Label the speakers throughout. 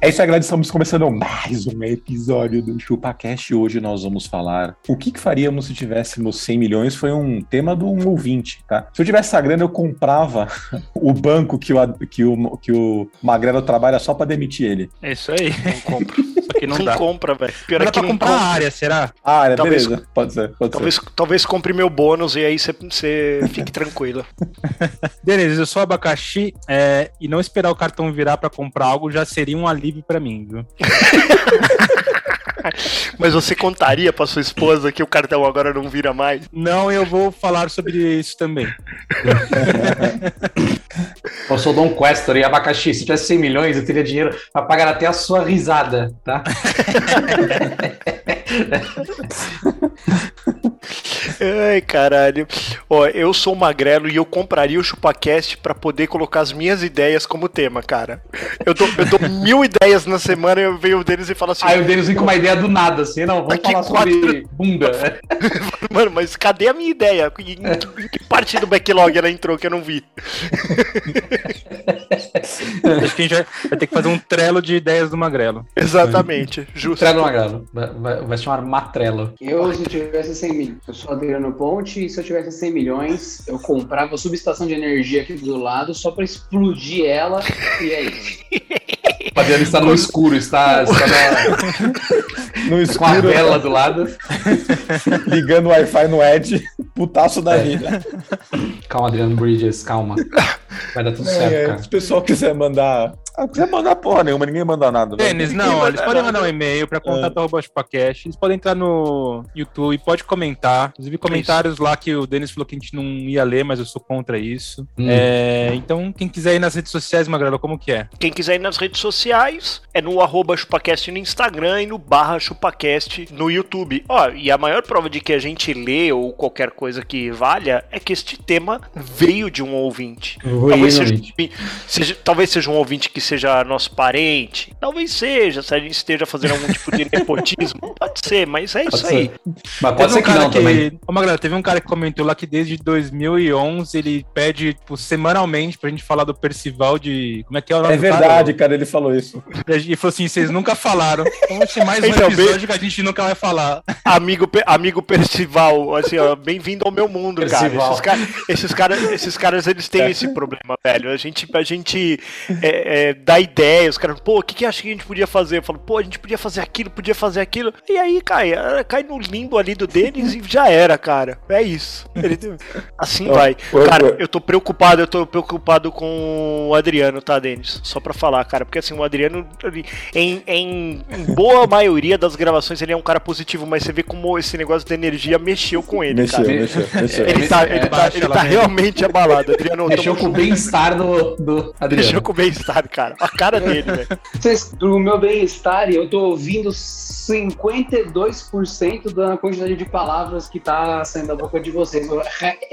Speaker 1: É isso aí, galera. Estamos começando mais um episódio do ChupaCast. Hoje nós vamos falar o que, que faríamos se tivéssemos 100 milhões. Foi um tema do um ouvinte, tá? Se eu tivesse essa grana, eu comprava o banco que o, Ad- que o, que o Magrelo trabalha só pra demitir ele.
Speaker 2: É isso aí.
Speaker 3: Não compra.
Speaker 2: Só que não,
Speaker 3: Não
Speaker 2: dá.
Speaker 3: compra, velho. Pior
Speaker 2: Não
Speaker 3: é
Speaker 2: dá
Speaker 3: que
Speaker 2: pra
Speaker 3: não
Speaker 2: comprar a
Speaker 3: compra.
Speaker 2: área, será?
Speaker 1: Ah, é,
Speaker 3: Talvez-
Speaker 1: beleza. Pode ser, pode
Speaker 3: Talvez, talvez compre meu bônus e aí você fique tranquilo.
Speaker 2: Beleza, eu sou abacaxi é, e não esperar o cartão virar pra comprar algo já seria um alívio pra mim, viu?
Speaker 3: Mas você contaria pra sua esposa que o cartão agora não vira mais?
Speaker 2: Não, eu vou falar sobre isso também.
Speaker 4: Eu sou o Dom Questor e abacaxi. Se tivesse 100 milhões, eu teria dinheiro pra pagar até a sua risada, tá?
Speaker 3: Ai, caralho. Ó, eu sou magrelo e eu compraria o ChupaCast pra poder colocar as minhas ideias como tema, cara. Eu dou, eu dou mil ideias na semana e eu venho deles e falo assim,
Speaker 4: Aí o Denis vem com uma ideia do nada, assim, não, vamos
Speaker 3: Aqui
Speaker 4: falar sobre bunda.
Speaker 3: mano, mas cadê a minha ideia? Em, que-
Speaker 2: É.
Speaker 3: em que parte do backlog ela entrou que eu não vi?
Speaker 2: Acho que a gente vai, vai ter que fazer um trelo de ideias do Magrelo.
Speaker 3: Exatamente, justo.
Speaker 4: Trelo Magrelo. Vai- Vai, vai se chamar Matrelo.
Speaker 5: Eu, se eu tivesse 100 milhões, eu sou Adriano Ponte, e se eu tivesse 100 milhões, eu comprava a subestação de energia aqui do lado só pra explodir ela, e é isso.
Speaker 4: O Adriano está no escuro, está, está na-
Speaker 1: ser. No
Speaker 4: com a
Speaker 1: escuro,
Speaker 4: vela do lado.
Speaker 1: ligando o Wi-Fi no Edge, putaço da
Speaker 4: É.
Speaker 1: vida.
Speaker 4: Calma, Adriano Bridges, calma. Vai dar tudo certo,
Speaker 1: É,
Speaker 4: cara.
Speaker 1: se o pessoal quiser mandar. Ah, quiser mandar porra nenhuma, ninguém manda nada. velho.
Speaker 2: Denis, não, eles podem mandar um e-mail pra contato.chupacast, eles podem entrar no YouTube, pode comentar, inclusive comentários lá que o Denis falou que a gente não ia ler, mas eu sou contra isso.
Speaker 4: Hum.
Speaker 2: É, então, quem quiser ir nas redes sociais, Magrelo, como que é?
Speaker 3: Quem quiser ir nas redes sociais, é no arroba chupacast no Instagram e no barra chupacast no YouTube. Ó, e a maior prova de que a gente lê ou qualquer coisa que valha é que este tema veio de um ouvinte. Talvez
Speaker 4: né,
Speaker 3: seja, um seja- talvez seja um ouvinte que seja nosso parente. Talvez seja, se a gente esteja fazendo algum tipo de nepotismo. Pode ser, mas é
Speaker 4: Pode
Speaker 3: isso
Speaker 4: ser.
Speaker 3: aí.
Speaker 4: Mas pode
Speaker 2: Teve
Speaker 4: ser
Speaker 2: um
Speaker 4: que
Speaker 2: cara
Speaker 4: não também.
Speaker 2: Ô, Magrela, teve um cara que comentou lá que desde 2011 ele pede, tipo, semanalmente pra gente falar do Percival de... Como é que é o nome
Speaker 1: É
Speaker 2: do cara?
Speaker 1: verdade, cara, ele falou isso.
Speaker 2: E falou assim, vocês nunca falaram. Então vai ser mais um
Speaker 3: Então,
Speaker 2: episódio que a gente nunca vai falar.
Speaker 3: Amigo, Pe- amigo Percival, assim, ó, bem-vindo ao meu mundo,
Speaker 4: Percival.
Speaker 3: cara. Esses, ca- esses caras, esses caras, eles têm esse problema, velho. A gente, a gente é, é, dá ideia, os caras, pô, o que, que acha que a gente podia fazer? Eu falo, pô, a gente podia fazer aquilo, podia fazer aquilo. E aí cai, ah, cai no limbo ali do Denis e já era, cara. É isso. Ele tem- assim vai.
Speaker 1: eu-
Speaker 3: Cara,
Speaker 1: eu-
Speaker 3: eu tô preocupado, eu tô preocupado com o Adriano, tá, Denis? Só pra falar, cara, porque assim, o Adriano, ele- em, em- em boa maioria das gravações, ele é um cara positivo, mas você vê como esse negócio da energia mexeu com ele,
Speaker 1: Mexeu,
Speaker 3: cara.
Speaker 1: mexeu, mexeu.
Speaker 3: Ele tá, ele
Speaker 4: É,
Speaker 3: tá,
Speaker 2: baixa
Speaker 3: ele
Speaker 2: ela
Speaker 3: tá
Speaker 2: mesmo.
Speaker 3: realmente abalado, Adriano.
Speaker 4: Mexeu
Speaker 3: tamo
Speaker 4: É, com o
Speaker 3: junto.
Speaker 4: bem-estar do, do
Speaker 3: Mexeu
Speaker 4: Adriano.
Speaker 3: com o bem-estar, cara. A cara dele, velho.
Speaker 5: Vocês, pro meu bem-estar, eu tô ouvindo 52% da quantidade de palavras que tá saindo da boca de vocês. Eu-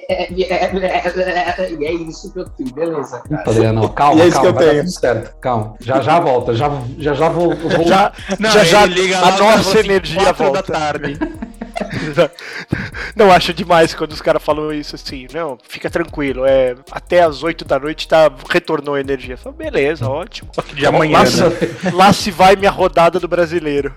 Speaker 5: E é isso que eu tenho, beleza, cara.
Speaker 4: Adriano, calma,
Speaker 1: E é isso
Speaker 4: calma,
Speaker 1: que eu
Speaker 4: vai dar
Speaker 1: tenho.
Speaker 4: tudo certo. Calma, já já volta, já já, já vou, né? vou
Speaker 3: Já, já,
Speaker 2: ele
Speaker 3: já
Speaker 2: liga
Speaker 3: a
Speaker 2: lá, fala
Speaker 3: nossa
Speaker 2: assim,
Speaker 3: energia
Speaker 2: "Quatro da
Speaker 3: volta.
Speaker 2: tarde.
Speaker 3: Não acho demais quando os caras falam isso assim. Não, fica tranquilo. É, até as 8 da noite tá, retornou a energia. Eu falo, beleza, ótimo.
Speaker 2: Só que de amanhã,
Speaker 4: Nossa,
Speaker 2: né?
Speaker 3: Lá se vai minha rodada do brasileiro.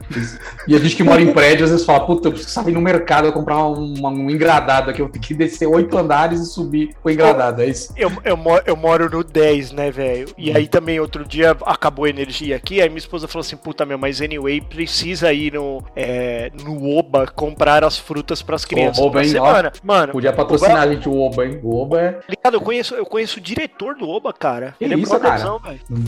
Speaker 4: E a gente que mora em prédio, às vezes fala, puta, eu precisava ir no mercado comprar um, um engradado aqui, eu tenho que descer oito andares e subir com o engradado, é isso.
Speaker 3: Eu, eu, mo- eu moro no 10, né, velho? E aí também outro dia acabou a energia aqui. Aí minha esposa falou assim: puta, meu, mas anyway, precisa ir no, é, no Oba comprar as frutas pras crianças.
Speaker 4: Oba,
Speaker 3: pra
Speaker 4: hein, ó.
Speaker 3: semana. Mano, tá
Speaker 4: Podia patrocinar a gente o Oba, hein? O Oba é.
Speaker 3: Ligado, eu conheço, eu conheço o diretor do Oba, cara.
Speaker 4: Que
Speaker 3: ele
Speaker 4: isso,
Speaker 3: é brotherzão, velho.
Speaker 4: Hum.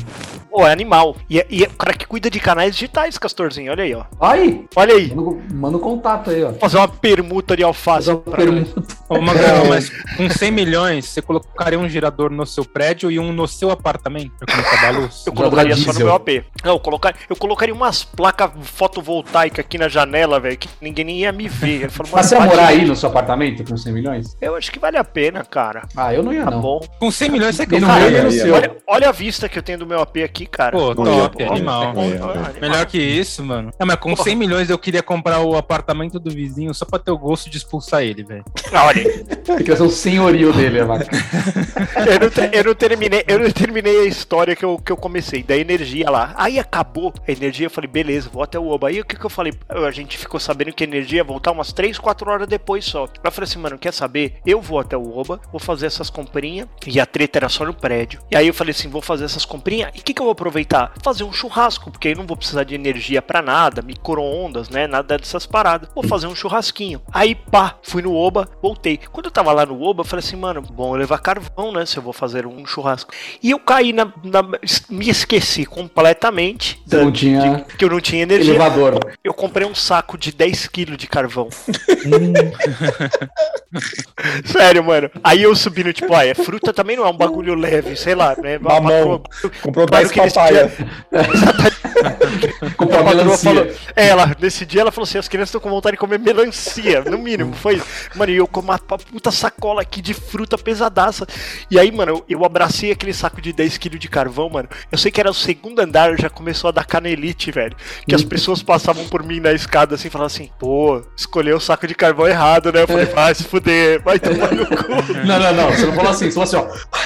Speaker 3: Pô, é animal. E é, e é o cara que cuida de canais digitais, Castorzinho. Olha aí, ó.
Speaker 4: Aí!
Speaker 3: Olha aí.
Speaker 4: Manda, o- manda o contato aí, ó.
Speaker 3: Fazer uma permuta de alface.
Speaker 4: Fazer uma
Speaker 3: pra nós.
Speaker 4: pergunta.
Speaker 2: Ô, Magrão, mas com 100 milhões, você colocaria um gerador no seu prédio e um no seu apartamento pra começar a dar luz?
Speaker 3: Eu colocaria
Speaker 4: Gerador
Speaker 3: só no
Speaker 4: diesel.
Speaker 3: meu AP. Não, eu, colocar, eu colocaria umas placas fotovoltaicas aqui na janela, velho, que ninguém nem ia me ver. Eu falo,
Speaker 4: Mas você ia
Speaker 3: mano,
Speaker 4: morar
Speaker 3: vale-
Speaker 4: aí no seu apartamento com 100 milhões?
Speaker 3: Eu acho que vale a pena, cara.
Speaker 4: Ah, eu não ia,
Speaker 3: Tá
Speaker 4: não.
Speaker 3: bom.
Speaker 2: Com 100 milhões, você
Speaker 4: Nem no
Speaker 2: compra.
Speaker 4: meu, nem no
Speaker 1: Caralho,
Speaker 4: seu.
Speaker 3: Olha, olha a vista que eu tenho do meu AP aqui, cara.
Speaker 2: Pô,
Speaker 1: Não ia,
Speaker 2: top,
Speaker 1: pô.
Speaker 2: animal.
Speaker 1: Não ia,
Speaker 3: Olha,
Speaker 1: velho.
Speaker 2: Melhor
Speaker 4: Ah.
Speaker 2: que isso, mano. Não, mas com 100 milhões eu queria comprar o apartamento do vizinho só pra ter o gosto de expulsar ele, velho.
Speaker 3: Olha,
Speaker 4: Tem que ser o senhorio dele, é a vaca.
Speaker 3: eu não, te- eu não terminei, eu não terminei a história que eu, que eu comecei, da energia lá. Aí acabou a energia, eu falei, beleza, vou até o Oba. Aí o que, que eu falei? A gente ficou sabendo que a energia ia voltar umas 3, 4 horas depois só. Aí eu falei assim, mano, quer saber? Eu vou até o Oba, vou fazer essas comprinhas. E a treta era só no prédio. E aí eu falei assim, vou fazer essas comprinhas. E o que, que eu vou aproveitar? Fazer um churrasco, porque aí não vou precisar de energia pra nada, micro-ondas, né? Nada dessas paradas. Vou fazer um churrasquinho. Aí, pá, fui no Oba, voltei. Quando eu tava lá no Oba, eu falei assim, mano, bom eu levar carvão, né? Se eu vou fazer um churrasco. E eu caí na. na- me esqueci completamente
Speaker 4: Você não tinha
Speaker 3: que eu não tinha energia.
Speaker 4: elevador.
Speaker 3: Eu comprei um saco de 10 quilos de carvão. Sério, mano. Aí eu subindo, tipo, ah, é fruta também não é um bagulho leve, sei lá, né? Uma
Speaker 1: Mamão.
Speaker 3: patroa-
Speaker 1: Comprou
Speaker 3: Claro
Speaker 1: 10
Speaker 3: que eles
Speaker 1: papaias.
Speaker 4: Comprar
Speaker 3: a patroa
Speaker 4: melancia.
Speaker 3: falou. É, Ela, nesse dia ela falou assim: as crianças estão com vontade de comer melancia, no mínimo. Foi. isso. Mano, e eu com uma pa- puta sacola aqui de fruta pesadaça. E aí, mano, eu, eu abracei aquele saco de 10kg de carvão, mano. Eu sei que era o segundo andar, já começou a dar canelite, velho. Que as pessoas passavam por mim na escada assim, falavam assim: pô, escolheu o saco de carvão errado, né? Eu falei: vai se fuder, vai tomar no cu.
Speaker 4: Não, não, não. Você não falou assim. Você falou assim, ó.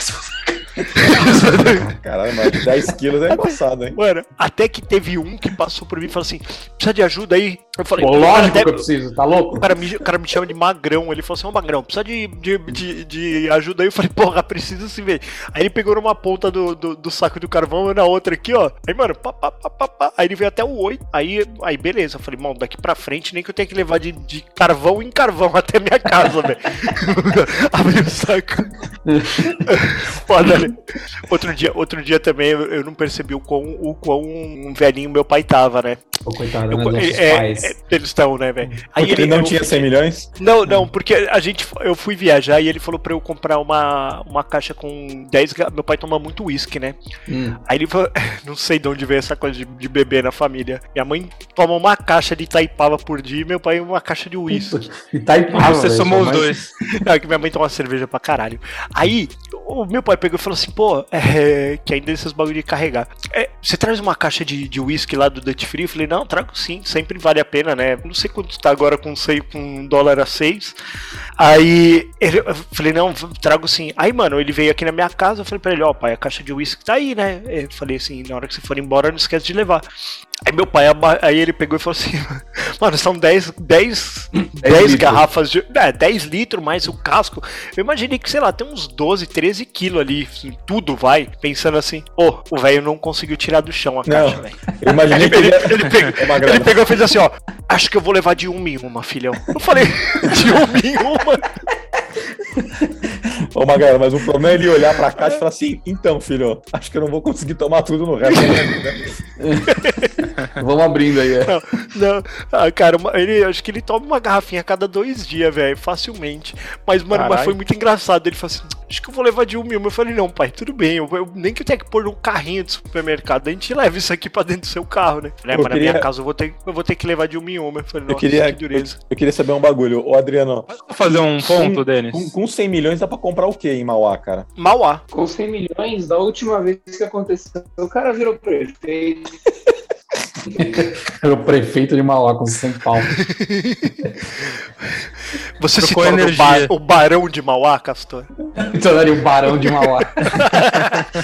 Speaker 1: Caralho, mas 10 quilos é embaçado, hein?
Speaker 3: Mano, até que teve um que passou por mim e falou assim: precisa de ajuda aí? Eu falei:
Speaker 4: Pô,
Speaker 3: "Cara,
Speaker 4: lógico
Speaker 3: deve-
Speaker 4: que eu preciso. Tá
Speaker 3: O
Speaker 4: louco?
Speaker 3: cara, me, o cara me chama de magrão. Ele falou assim: Ô magrão, precisa de, de, de, de ajuda aí. Eu falei: Porra, preciso sim, velho. Aí ele pegou numa ponta do, do, do saco do carvão e na outra aqui, ó. Aí, mano, pá, pá, pá, pá, pá. Aí ele veio até o 8. Aí, aí beleza. Eu falei: Mano, daqui pra frente nem que eu tenha que levar de, de carvão em carvão até minha casa, velho. Abri o saco. Foda, né? Outro dia, outro dia também eu eu não percebi o quão, o quão um velhinho meu pai tava, né?
Speaker 4: Pô, coitado,
Speaker 3: Eu-
Speaker 4: né? Nossos
Speaker 3: é-
Speaker 4: pais.
Speaker 3: é- eles estão, né, velho? Aí um
Speaker 1: Porque ele não
Speaker 3: eu-
Speaker 1: tinha 100 milhões?
Speaker 3: não, não, porque a gente eu fui viajar e ele falou pra eu comprar uma, uma caixa com 10 ga- meu pai toma muito uísque, né?
Speaker 4: Hum.
Speaker 3: Aí ele falou, não sei de onde veio essa coisa de, de beber na família. Minha mãe toma uma caixa de Itaipava por dia e meu pai uma caixa de uísque.
Speaker 4: E tá em paz,
Speaker 2: você
Speaker 4: velho,
Speaker 2: somou os
Speaker 4: mas-
Speaker 2: dois.
Speaker 3: É que minha mãe toma cerveja pra caralho. Aí, o meu pai pegou e falou assim, pô, é, que ainda esses bagulho de carregar. É, você traz uma caixa de, de whisky lá do Duty Free? Eu falei, não, trago sim, sempre vale a pena, né? Não sei quanto tá agora com, sei, com um dólar a seis. Aí, ele- eu falei, não, v- trago sim. Aí, mano, ele veio aqui na minha casa, eu falei pra ele, ó, pai, a caixa de whisky tá aí, né? Eu falei assim, na hora que você for embora, não esquece de levar. Aí meu pai, aba- aí ele pegou e falou assim, mano, são 10, 10, 10
Speaker 4: litros.
Speaker 3: garrafas de. É, 10 litros mais o casco. Eu imaginei que, sei lá, tem uns 12, 13 quilos ali, assim, tudo vai. Pensando assim, ô, o velho não conseguiu tirar do chão a caixa, velho.
Speaker 1: Eu imaginei que ele
Speaker 3: Ele,
Speaker 1: ia...
Speaker 3: ele pegou-
Speaker 1: É uma grana.
Speaker 3: ele pegou e fez assim, ó. Acho que eu vou levar de uma em uma, filhão. Eu falei, de uma em uma.
Speaker 1: Ô, Magalha, mas o problema é ele olhar pra cá e falar assim: então, filho, acho que eu não vou conseguir tomar tudo no resto da minha vida.
Speaker 4: Vamos abrindo aí. é.
Speaker 3: Não, não. Ah, cara, uma- ele, acho que ele toma uma garrafinha a cada dois dias, velho, facilmente. Mas, mano, mas
Speaker 2: Caralho.
Speaker 3: foi muito engraçado. Ele falou assim: acho que eu vou levar de uma em uma. Eu falei, não, pai, tudo bem. Eu, eu- nem que eu tenha que pôr num carrinho de supermercado, a gente leva isso aqui pra dentro do seu carro, né? Eu
Speaker 1: Eu
Speaker 3: Falei, ah, mas na minha
Speaker 1: queria-
Speaker 3: casa eu vou, ter, eu vou ter que levar de um uma em uma. Eu falei,
Speaker 1: Eu
Speaker 3: nossa,
Speaker 1: queria,
Speaker 3: que dureza.
Speaker 1: eu queria saber um bagulho. Ô, Adriano,
Speaker 2: Vou fazer um ponto,
Speaker 1: com,
Speaker 2: Denis.
Speaker 1: com 100 milhões dá pra comprar o quê em Mauá, cara?
Speaker 3: Mauá.
Speaker 5: Com 100 milhões, da última vez que aconteceu, o cara virou prefeito.
Speaker 4: Era o prefeito de Mauá com 100 pau.
Speaker 3: Você
Speaker 2: Trocou
Speaker 3: se torna o,
Speaker 2: energia.
Speaker 3: ba- o barão de Mauá, Castor?
Speaker 4: Então era o barão de Mauá.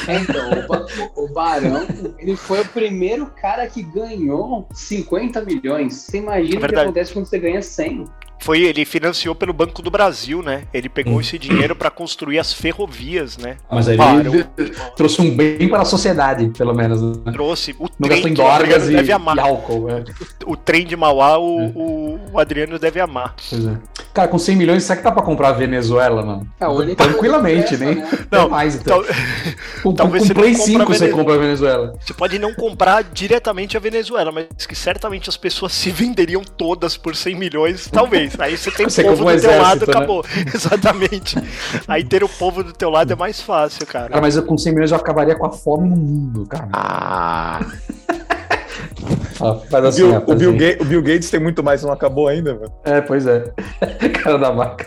Speaker 5: Então, o, Ba- o Barão, ele foi o primeiro cara que ganhou 50 milhões. Você
Speaker 3: É
Speaker 5: imagina o que
Speaker 3: verdade.
Speaker 5: acontece quando você ganha 100.
Speaker 3: Foi, ele financiou pelo Banco do Brasil, né? Ele pegou esse dinheiro pra construir as ferrovias, né?
Speaker 4: Mas aí
Speaker 3: Barão
Speaker 4: ele trouxe um bem para a sociedade, pelo menos. Né?
Speaker 3: Trouxe o
Speaker 4: Não
Speaker 3: trem
Speaker 4: gastou em
Speaker 3: que o
Speaker 4: dorgas
Speaker 3: Adriano
Speaker 4: e,
Speaker 3: deve
Speaker 4: e
Speaker 3: amar.
Speaker 4: álcool. É.
Speaker 3: O trem de Mauá, o, o- o Adriano deve amar.
Speaker 4: Pois é. Cara, com 100 milhões, será que dá pra comprar a Venezuela, mano?
Speaker 5: É, a única
Speaker 4: Tranquilamente,
Speaker 5: coisa que
Speaker 4: né?
Speaker 5: presta, né?
Speaker 4: Não,
Speaker 3: Não,
Speaker 4: mais, então.
Speaker 3: Tal-
Speaker 4: com
Speaker 3: talvez
Speaker 4: com
Speaker 3: você
Speaker 4: Play
Speaker 3: não compra
Speaker 4: 5 você
Speaker 3: Venezuela.
Speaker 4: compra a Venezuela.
Speaker 3: Você pode não comprar diretamente a Venezuela, mas que certamente as pessoas se venderiam todas por 100 milhões, talvez. Aí você tem o
Speaker 4: Você
Speaker 3: povo
Speaker 4: compra um
Speaker 3: do teu lado,
Speaker 4: exército, né?
Speaker 3: acabou. Exatamente. Aí ter o povo do teu lado é mais fácil,
Speaker 4: Cara,
Speaker 3: cara.
Speaker 4: mas eu, com 100 milhões eu acabaria com a fome no mundo, cara.
Speaker 1: Ah,
Speaker 4: Ó, faz
Speaker 1: o,
Speaker 4: assim,
Speaker 1: Bill, o
Speaker 4: rapazinho.
Speaker 1: Bill Ga- o Bill Gates tem muito mais, não acabou ainda, mano.
Speaker 4: É, pois é. cara da vaca.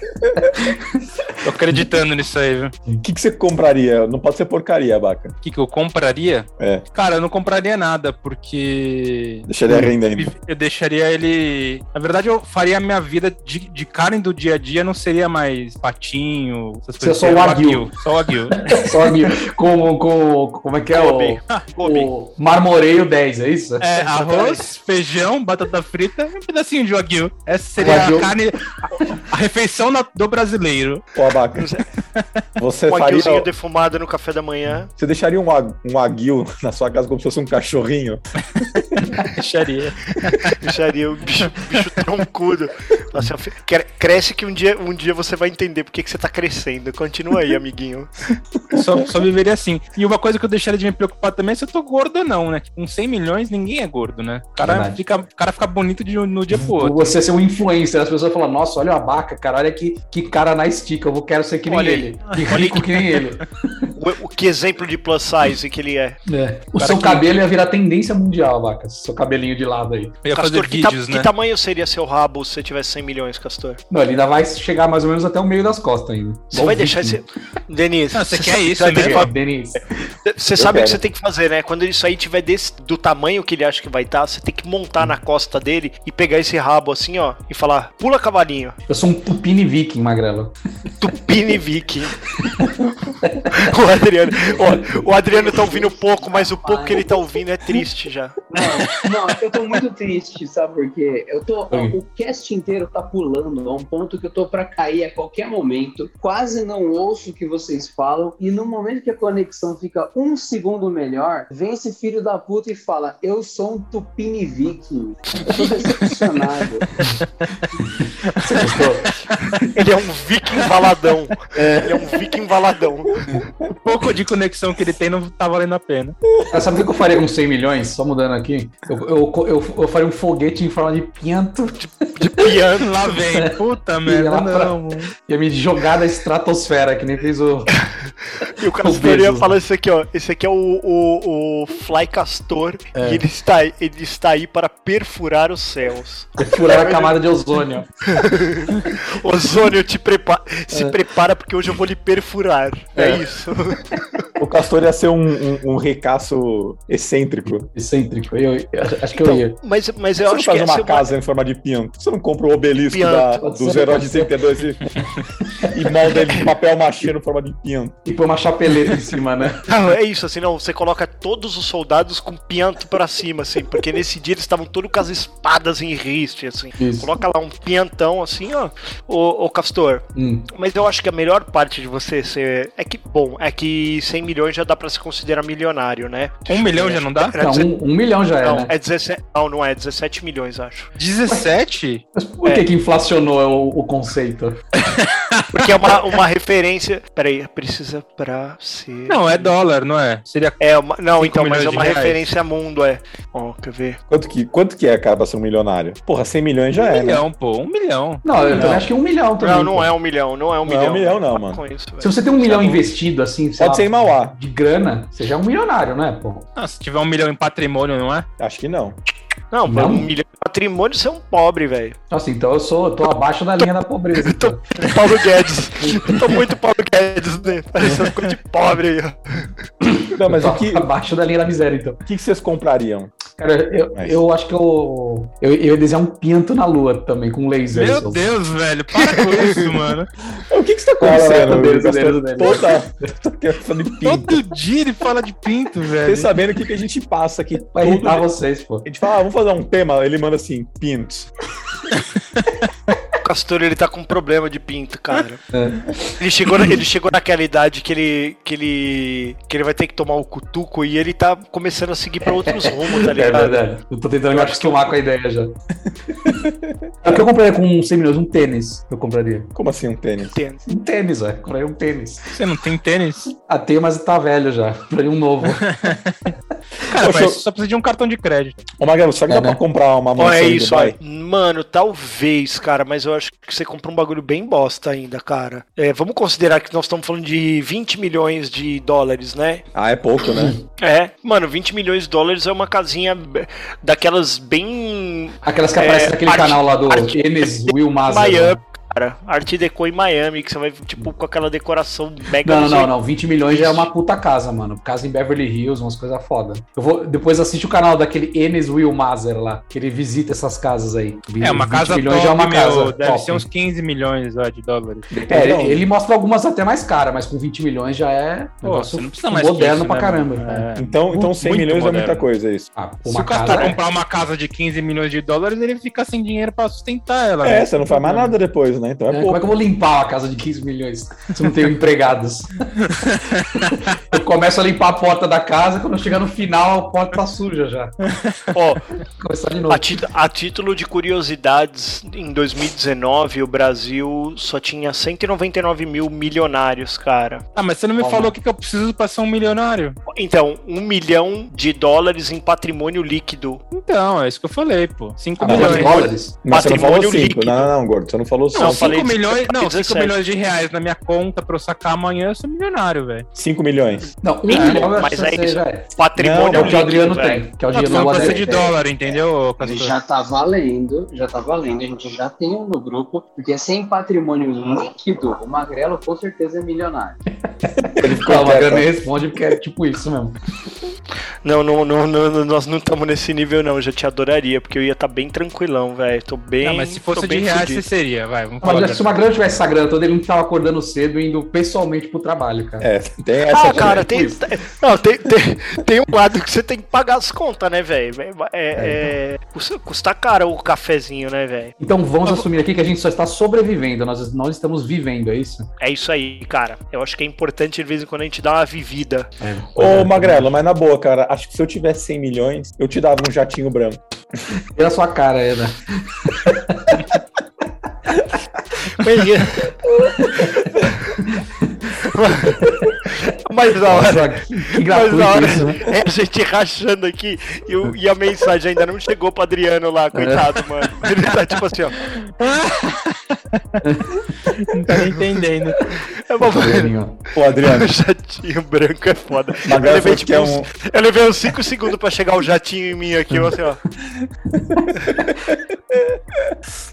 Speaker 2: Tô acreditando nisso aí, viu?
Speaker 1: O que, que você compraria? Não pode ser porcaria, Baca.
Speaker 2: O que, que eu compraria?
Speaker 1: É.
Speaker 2: Cara, eu não compraria nada, porque.
Speaker 1: Deixaria
Speaker 3: Hum.
Speaker 1: rendendo.
Speaker 2: Eu deixaria ele. Na verdade, eu faria a minha vida de, de Karen do dia a dia, não seria mais patinho, essas
Speaker 4: Você é só o Wagyu.
Speaker 2: Só o Aguil.
Speaker 4: Só aqui, com, com, como é que é
Speaker 3: Gobi.
Speaker 4: o,
Speaker 3: Gobi.
Speaker 4: o Marmoreio 10, é isso?
Speaker 2: É, arroz, feijão, batata frita e um pedacinho de Wagyu. Essa seria
Speaker 4: Wagyu.
Speaker 2: a carne. A, a refeição na- do brasileiro.
Speaker 1: Ô, Abaca. Você
Speaker 3: Um
Speaker 1: faria.
Speaker 3: aguilzinho defumado no café da manhã.
Speaker 1: Você deixaria um, ag- um aguil na sua casa como se fosse um cachorrinho?
Speaker 2: Fecharia.
Speaker 3: Bicharia, o bicho, bicho troncudo. Nossa, fi- cre- cresce que um dia, um dia você vai entender por que que você tá crescendo. Continua aí, amiguinho.
Speaker 2: Só, só viveria assim. E uma coisa que eu deixaria de me preocupar também é se eu tô gordo ou não, né? Com 100 milhões, ninguém é gordo, né? O cara,
Speaker 4: Verdade.
Speaker 2: fica, o cara fica bonito de um- no dia pro outro.
Speaker 4: Você ser um influencer, as pessoas falam, nossa, olha o abaca, cara, olha que, que cara na estica, eu vou- quero ser que nem
Speaker 2: Olha aí.
Speaker 4: ele. Que rico que nem ele.
Speaker 3: O, o que exemplo de plus size que ele é.
Speaker 4: O
Speaker 2: Cara
Speaker 4: seu
Speaker 2: que-
Speaker 4: cabelo ia virar tendência mundial, abaca. Seu cabelinho de lado aí.
Speaker 2: Eu ia fazer
Speaker 3: que, ta-
Speaker 2: vídeos,
Speaker 3: que
Speaker 2: né?
Speaker 3: tamanho seria seu rabo se você tivesse 100 milhões, Castor?
Speaker 4: Não, ele ainda vai chegar mais ou menos até o meio das costas ainda.
Speaker 3: Você vai deixar esse. Denise.
Speaker 2: Não, você quer
Speaker 3: sabe-
Speaker 2: isso
Speaker 4: Tá
Speaker 2: né?
Speaker 3: vai ter
Speaker 2: mesmo?
Speaker 3: que-
Speaker 4: Denise.
Speaker 3: Você sabe o que
Speaker 1: quero.
Speaker 3: você tem que fazer, né? Quando isso aí tiver desse, do tamanho que ele acha que vai estar, você tem que montar na costa dele e pegar esse rabo assim, ó, e falar: pula cavalinho,
Speaker 4: Eu sou um tupini viking, magrelo.
Speaker 3: tupini viking. o Adriano, ó, o Adriano tá ouvindo pouco, mas o pouco que ele tá ouvindo é triste já.
Speaker 5: Não, não, eu tô muito triste, sabe por quê? Eu tô,
Speaker 4: Oi.
Speaker 5: o cast inteiro tá pulando a um ponto que eu tô pra cair a qualquer momento. Quase não ouço o que vocês falam. E no momento que a conexão fica um segundo melhor, vem esse filho da puta e fala: Eu sou um tupini viking. Eu tô decepcionado.
Speaker 4: Você gostou?
Speaker 3: Ele é um viking baladão. Ele é um viking baladão.
Speaker 2: O pouco de conexão que ele tem não tá valendo a pena.
Speaker 4: Cara, Ah, sabe o que eu faria com 100 milhões? Só mudando aqui. Eu, eu, eu, eu faria um foguete em forma de pinto.
Speaker 3: De piano.
Speaker 2: Lá vem. Puta merda,
Speaker 4: É. lá pra-
Speaker 2: não. mano.
Speaker 4: Ia me jogar da estratosfera, que nem fez o.
Speaker 3: E o
Speaker 4: O
Speaker 3: Castor
Speaker 4: Bezos,
Speaker 3: ia
Speaker 4: né?
Speaker 3: falar isso aqui, ó. Esse aqui é o, o, o Fly Castor e ele está, ele está aí para perfurar os céus.
Speaker 4: Furar a camada de ozônio.
Speaker 3: Ozônio, te prepa se prepara porque hoje eu vou lhe perfurar. É, isso.
Speaker 1: O Castor ia ser um, um, um recaço excêntrico.
Speaker 4: Excêntrico. Eu, eu acho- acho que eu ia.
Speaker 3: Então, mas, mas eu
Speaker 1: Você não
Speaker 3: acho que
Speaker 1: faz
Speaker 3: essa
Speaker 1: uma
Speaker 3: é uma...
Speaker 1: casa em forma de pinto. Você não compra o obelisco
Speaker 3: Pinto.
Speaker 1: da-
Speaker 4: Pode
Speaker 1: dos
Speaker 4: ser.
Speaker 1: heróis de 32 e, e molda ele de papel machê em forma de pinto.
Speaker 4: E pôr uma chapeleta em cima, né?
Speaker 2: Tá,
Speaker 3: Não, é isso, assim, não. Você coloca todos os soldados com pianto pra cima, assim, porque nesse dia eles estavam todos com as espadas em riste, assim.
Speaker 4: Isso.
Speaker 3: Coloca lá um piantão assim, ó. Ô, ô Castor,
Speaker 4: Hum.
Speaker 3: Mas eu acho que a melhor parte de você ser. É que, bom, é que 100 milhões já dá pra se considerar milionário, né?
Speaker 2: Um milhão já não dá?
Speaker 3: Era
Speaker 4: Não,
Speaker 3: deze-
Speaker 4: um, um milhão já é,
Speaker 3: não,
Speaker 4: né?
Speaker 3: é 17. Não, não é, 17 milhões, acho.
Speaker 2: 17?
Speaker 3: é-
Speaker 4: Mas por que que inflacionou o, o conceito?
Speaker 3: Porque é uma, uma referência. Peraí, precisa pra ser.
Speaker 2: Não, é dólar, não é? Seria.
Speaker 3: É uma, não,
Speaker 2: Cinco
Speaker 3: então, mas é
Speaker 2: milhões de
Speaker 3: uma
Speaker 2: reais.
Speaker 3: referência a mundo, é. Ó, quer ver?
Speaker 1: Quanto que, quanto que é, cara, pra ser um milionário? Porra, 100 milhões já
Speaker 2: um
Speaker 1: é, né?
Speaker 2: milhão, pô. Um milhão.
Speaker 4: Não, eu
Speaker 1: Não.
Speaker 4: também acho que um milhão também.
Speaker 3: Não, não
Speaker 4: pô.
Speaker 3: é um milhão, não é um
Speaker 1: Não é
Speaker 3: milhão.
Speaker 1: um milhão, não,
Speaker 3: Para
Speaker 1: mano.
Speaker 3: Com isso,
Speaker 4: Se
Speaker 3: velho.
Speaker 4: você tem um milhão
Speaker 1: bom.
Speaker 4: investido, assim, sei
Speaker 1: Pode
Speaker 4: lá,
Speaker 1: ser em Mauá.
Speaker 4: de grana, você já é um milionário, não é, pô?
Speaker 2: Ah, se tiver um milhão em patrimônio, não é?
Speaker 1: Acho que não.
Speaker 3: não,
Speaker 4: Não?
Speaker 3: um milhão de patrimônio, você é um pobre, velho.
Speaker 4: Nossa, então eu sou, eu tô abaixo da linha da pobreza. então.
Speaker 3: Paulo Guedes. Eu tô muito Paulo Guedes, né? Parecendo coisa de pobre aí, ó.
Speaker 1: Não, mas
Speaker 4: Tô
Speaker 1: o que, o
Speaker 4: Abaixo da linha da miséria, então.
Speaker 1: que, que vocês comprariam?
Speaker 4: Cara, eu,
Speaker 1: Mas-
Speaker 4: eu acho que eu, eu, eu ia desenhar um pinto na lua também, com laser.
Speaker 2: Meu
Speaker 4: só.
Speaker 2: Deus, velho. Para com isso, mano.
Speaker 1: O que, que você tá
Speaker 4: Qual é a
Speaker 1: acontecendo?
Speaker 4: deles,
Speaker 1: Gastou
Speaker 4: deles, deles?
Speaker 1: Toda. Tô falando de pinto.
Speaker 2: Todo dia ele fala de pinto, velho.
Speaker 1: Vocês sabendo o que, que a gente passa aqui.
Speaker 4: Vai
Speaker 1: todo
Speaker 4: irritar vocês, pô.
Speaker 1: A gente fala, ah, vamos fazer um tema. Ele manda assim, pintos.
Speaker 3: Castor, ele tá com um problema de pinto, cara.
Speaker 4: É.
Speaker 3: Ele, chegou na- ele chegou naquela idade que ele, que, ele, que ele vai ter que tomar o cutuco e ele tá começando a seguir pra outros rumos, tá
Speaker 4: É
Speaker 3: ligado?
Speaker 4: verdade. Eu tô tentando me acostumar com a ideia já. É o que eu compraria com 100 milhões? Um tênis. Eu compraria.
Speaker 1: Como assim um tênis?
Speaker 3: Entendo.
Speaker 4: Um tênis, é. Compraria um tênis.
Speaker 2: Você não tem tênis?
Speaker 4: Ah, tenho, mas tá velho já. Compraria um novo.
Speaker 2: Cara,
Speaker 1: Poxa,
Speaker 2: mas só precisa de um cartão de crédito.
Speaker 1: Ô Magrelo, será que
Speaker 4: É,
Speaker 1: dá
Speaker 4: né?
Speaker 1: pra comprar uma mansão
Speaker 3: Ó, é
Speaker 1: em
Speaker 3: isso,
Speaker 1: Dubai?
Speaker 3: ó. Mano, talvez, cara, mas eu acho que você comprou um bagulho bem bosta ainda, cara. É, vamos considerar que nós estamos falando de 20 milhões de dólares, né?
Speaker 1: Ah, é pouco,
Speaker 4: Hum.
Speaker 1: né?
Speaker 3: É, mano, 20 milhões de dólares é uma casinha b- daquelas bem
Speaker 4: Aquelas que
Speaker 3: É,
Speaker 4: aparecem naquele
Speaker 3: arte-
Speaker 4: canal lá do
Speaker 3: arte-
Speaker 4: Enes Will Maza. né?
Speaker 3: Miami, cara. Arte Deco em Miami, que você vai, tipo, com aquela decoração mega assim.
Speaker 4: Não, não,
Speaker 3: dos
Speaker 4: não, não. 20 milhões já é uma puta casa, mano. Casa em Beverly Hills, umas coisas foda. Eu vou, depois assiste o canal daquele Enes Will Mazer lá, que ele visita essas casas aí.
Speaker 2: É, uma
Speaker 4: 20
Speaker 2: casa
Speaker 4: milhões
Speaker 2: top,
Speaker 4: já é uma
Speaker 2: meu,
Speaker 4: casa.
Speaker 2: Deve
Speaker 4: top.
Speaker 2: ser uns 15 milhões ó, de dólares.
Speaker 4: É, ele,
Speaker 1: Então,
Speaker 4: ele mostra algumas até mais caras, mas com 20 milhões já é
Speaker 2: Pô,
Speaker 4: negócio
Speaker 2: você não precisa mais que
Speaker 4: moderno
Speaker 2: isso,
Speaker 4: pra
Speaker 2: né,
Speaker 4: caramba.
Speaker 2: mano?
Speaker 4: cara.
Speaker 2: É.
Speaker 1: Então, então 100
Speaker 2: Muito
Speaker 1: milhões é
Speaker 2: moderno.
Speaker 1: muita coisa, é isso.
Speaker 4: Ah, pô,
Speaker 2: Se
Speaker 4: uma
Speaker 2: o Castor
Speaker 4: casa.
Speaker 2: comprar uma casa de 15 milhões de dólares, ele fica sem dinheiro pra sustentar ela.
Speaker 1: É,
Speaker 2: né?
Speaker 1: você não faz mais nada depois, né? Então é
Speaker 4: né? Como é
Speaker 1: pouco.
Speaker 4: que eu vou limpar uma casa de 15 milhões se eu não tenho empregados? eu começo a limpar a porta da casa, quando eu chegar no final, a porta tá suja já.
Speaker 3: Ó,
Speaker 4: Começar de novo.
Speaker 3: a, ti- a título de curiosidades, em 2019 o Brasil só tinha 199 mil milionários, cara.
Speaker 2: Ah, mas você não me
Speaker 4: Toma.
Speaker 2: falou o que, que eu preciso pra ser um milionário.
Speaker 3: Então, um milhão de dólares em patrimônio líquido.
Speaker 2: Então, é isso que eu falei, pô. 5
Speaker 4: Ah, mas
Speaker 2: milhões.
Speaker 4: dólares?
Speaker 1: Mas você não falou
Speaker 3: patrimônio
Speaker 1: 5.
Speaker 3: líquido.
Speaker 1: Não, não, não, gordo. Você não falou
Speaker 3: Não, eu
Speaker 1: 5
Speaker 3: falei-
Speaker 2: Cinco milhões, não, 5
Speaker 3: 17.
Speaker 2: milhões de reais na minha conta pra eu sacar amanhã, eu sou milionário, velho.
Speaker 1: milhões.
Speaker 4: Não, um
Speaker 3: Sim,
Speaker 4: milhão eu
Speaker 3: mas
Speaker 4: acho
Speaker 3: é
Speaker 4: que você
Speaker 3: isso.
Speaker 4: já é.
Speaker 3: Patrimônio
Speaker 4: É o que
Speaker 3: líquido.
Speaker 4: o Adriano
Speaker 3: velho.
Speaker 4: tem, que é o
Speaker 2: Não,
Speaker 4: dinheiro
Speaker 2: não
Speaker 4: do
Speaker 5: precisa
Speaker 2: precisa
Speaker 4: Adriano.
Speaker 2: de
Speaker 5: é.
Speaker 2: dólar, entendeu,
Speaker 5: Ele
Speaker 2: Castor?
Speaker 5: já tá valendo, já tá valendo, a gente já tem um no grupo, porque sem patrimônio líquido, o Magrelo com certeza é milionário.
Speaker 1: Ele
Speaker 4: Não,
Speaker 1: ficou
Speaker 4: o Adriano
Speaker 1: quieto.
Speaker 4: nem responde porque é tipo isso mesmo.
Speaker 3: Não, não, não, não, não, nós não estamos nesse nível, não. Eu já te adoraria, porque eu ia estar bem tranquilão, velho. Tô bem.
Speaker 2: Não, mas se
Speaker 3: tô
Speaker 2: fosse de
Speaker 3: bem
Speaker 2: reais,
Speaker 3: fudido.
Speaker 2: você seria, vai. Vamos falar.
Speaker 4: Mas se o Magrão tivesse essa grana toda, ele não tava acordando cedo e indo pessoalmente pro trabalho, cara.
Speaker 1: É, tem essa.
Speaker 3: Ah,
Speaker 1: também.
Speaker 3: cara, tem, tem- não, tem, tem, tem um lado que você tem que pagar as contas, né, velho? É, é,
Speaker 2: então.
Speaker 3: custa, custa caro o cafezinho, né, velho?
Speaker 4: Então vamos assumir aqui que a gente só está sobrevivendo, nós não estamos vivendo, é isso?
Speaker 3: É isso aí, cara. Eu acho que é importante de vez em quando a gente dar uma vivida.
Speaker 1: Ô, Magrelo, mas na boa, cara, acho que se eu tivesse 100 milhões, eu te dava um jatinho branco.
Speaker 4: Pela sua cara, Ana.
Speaker 3: Mas da hora.
Speaker 4: Que
Speaker 3: Mas
Speaker 4: é gratuito
Speaker 3: da hora
Speaker 4: isso, né?
Speaker 3: é a gente rachando aqui e, o- e a mensagem ainda não chegou pro Adriano
Speaker 4: É.
Speaker 3: lá, coitado, mano. Ele tá tipo assim, ó.
Speaker 2: Não tá nem entendendo.
Speaker 3: É uma
Speaker 1: Ô, Adriano,
Speaker 3: jatinho branco é foda. Eu
Speaker 1: Magrelo
Speaker 3: levei,
Speaker 1: falou que
Speaker 3: tipo,
Speaker 1: quer
Speaker 3: uns-
Speaker 1: um.
Speaker 3: eu levei uns 5 segundos pra chegar o jatinho em mim aqui, eu assim, ó.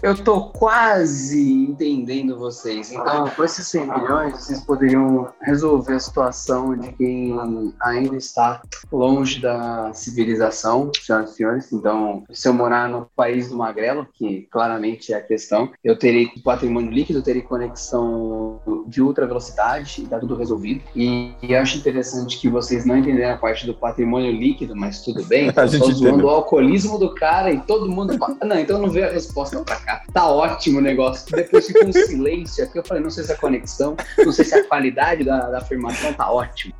Speaker 5: Eu tô quase entendendo vocês. Então, com esses 100 milhões, vocês poderiam resolver a situação de quem ainda está longe da civilização, senhoras e senhores. Então, se eu morar no país do Magrelo, que claramente é a questão, eu terei patrimônio líquido, eu terei conexão de ultra velocidade, e tá tudo resolvido. E, e acho interessante que vocês não entenderam a parte do patrimônio líquido, mas tudo bem.
Speaker 1: A gente
Speaker 5: Tô zoando
Speaker 1: entendeu.
Speaker 5: o alcoolismo do cara e todo mundo. fala, Não, então não veio a resposta pra cá. Tá ótimo o negócio. Depois fica um silêncio aqui. Eu falei, não sei se a conexão, não sei se a qualidade da, da afirmação tá ótimo.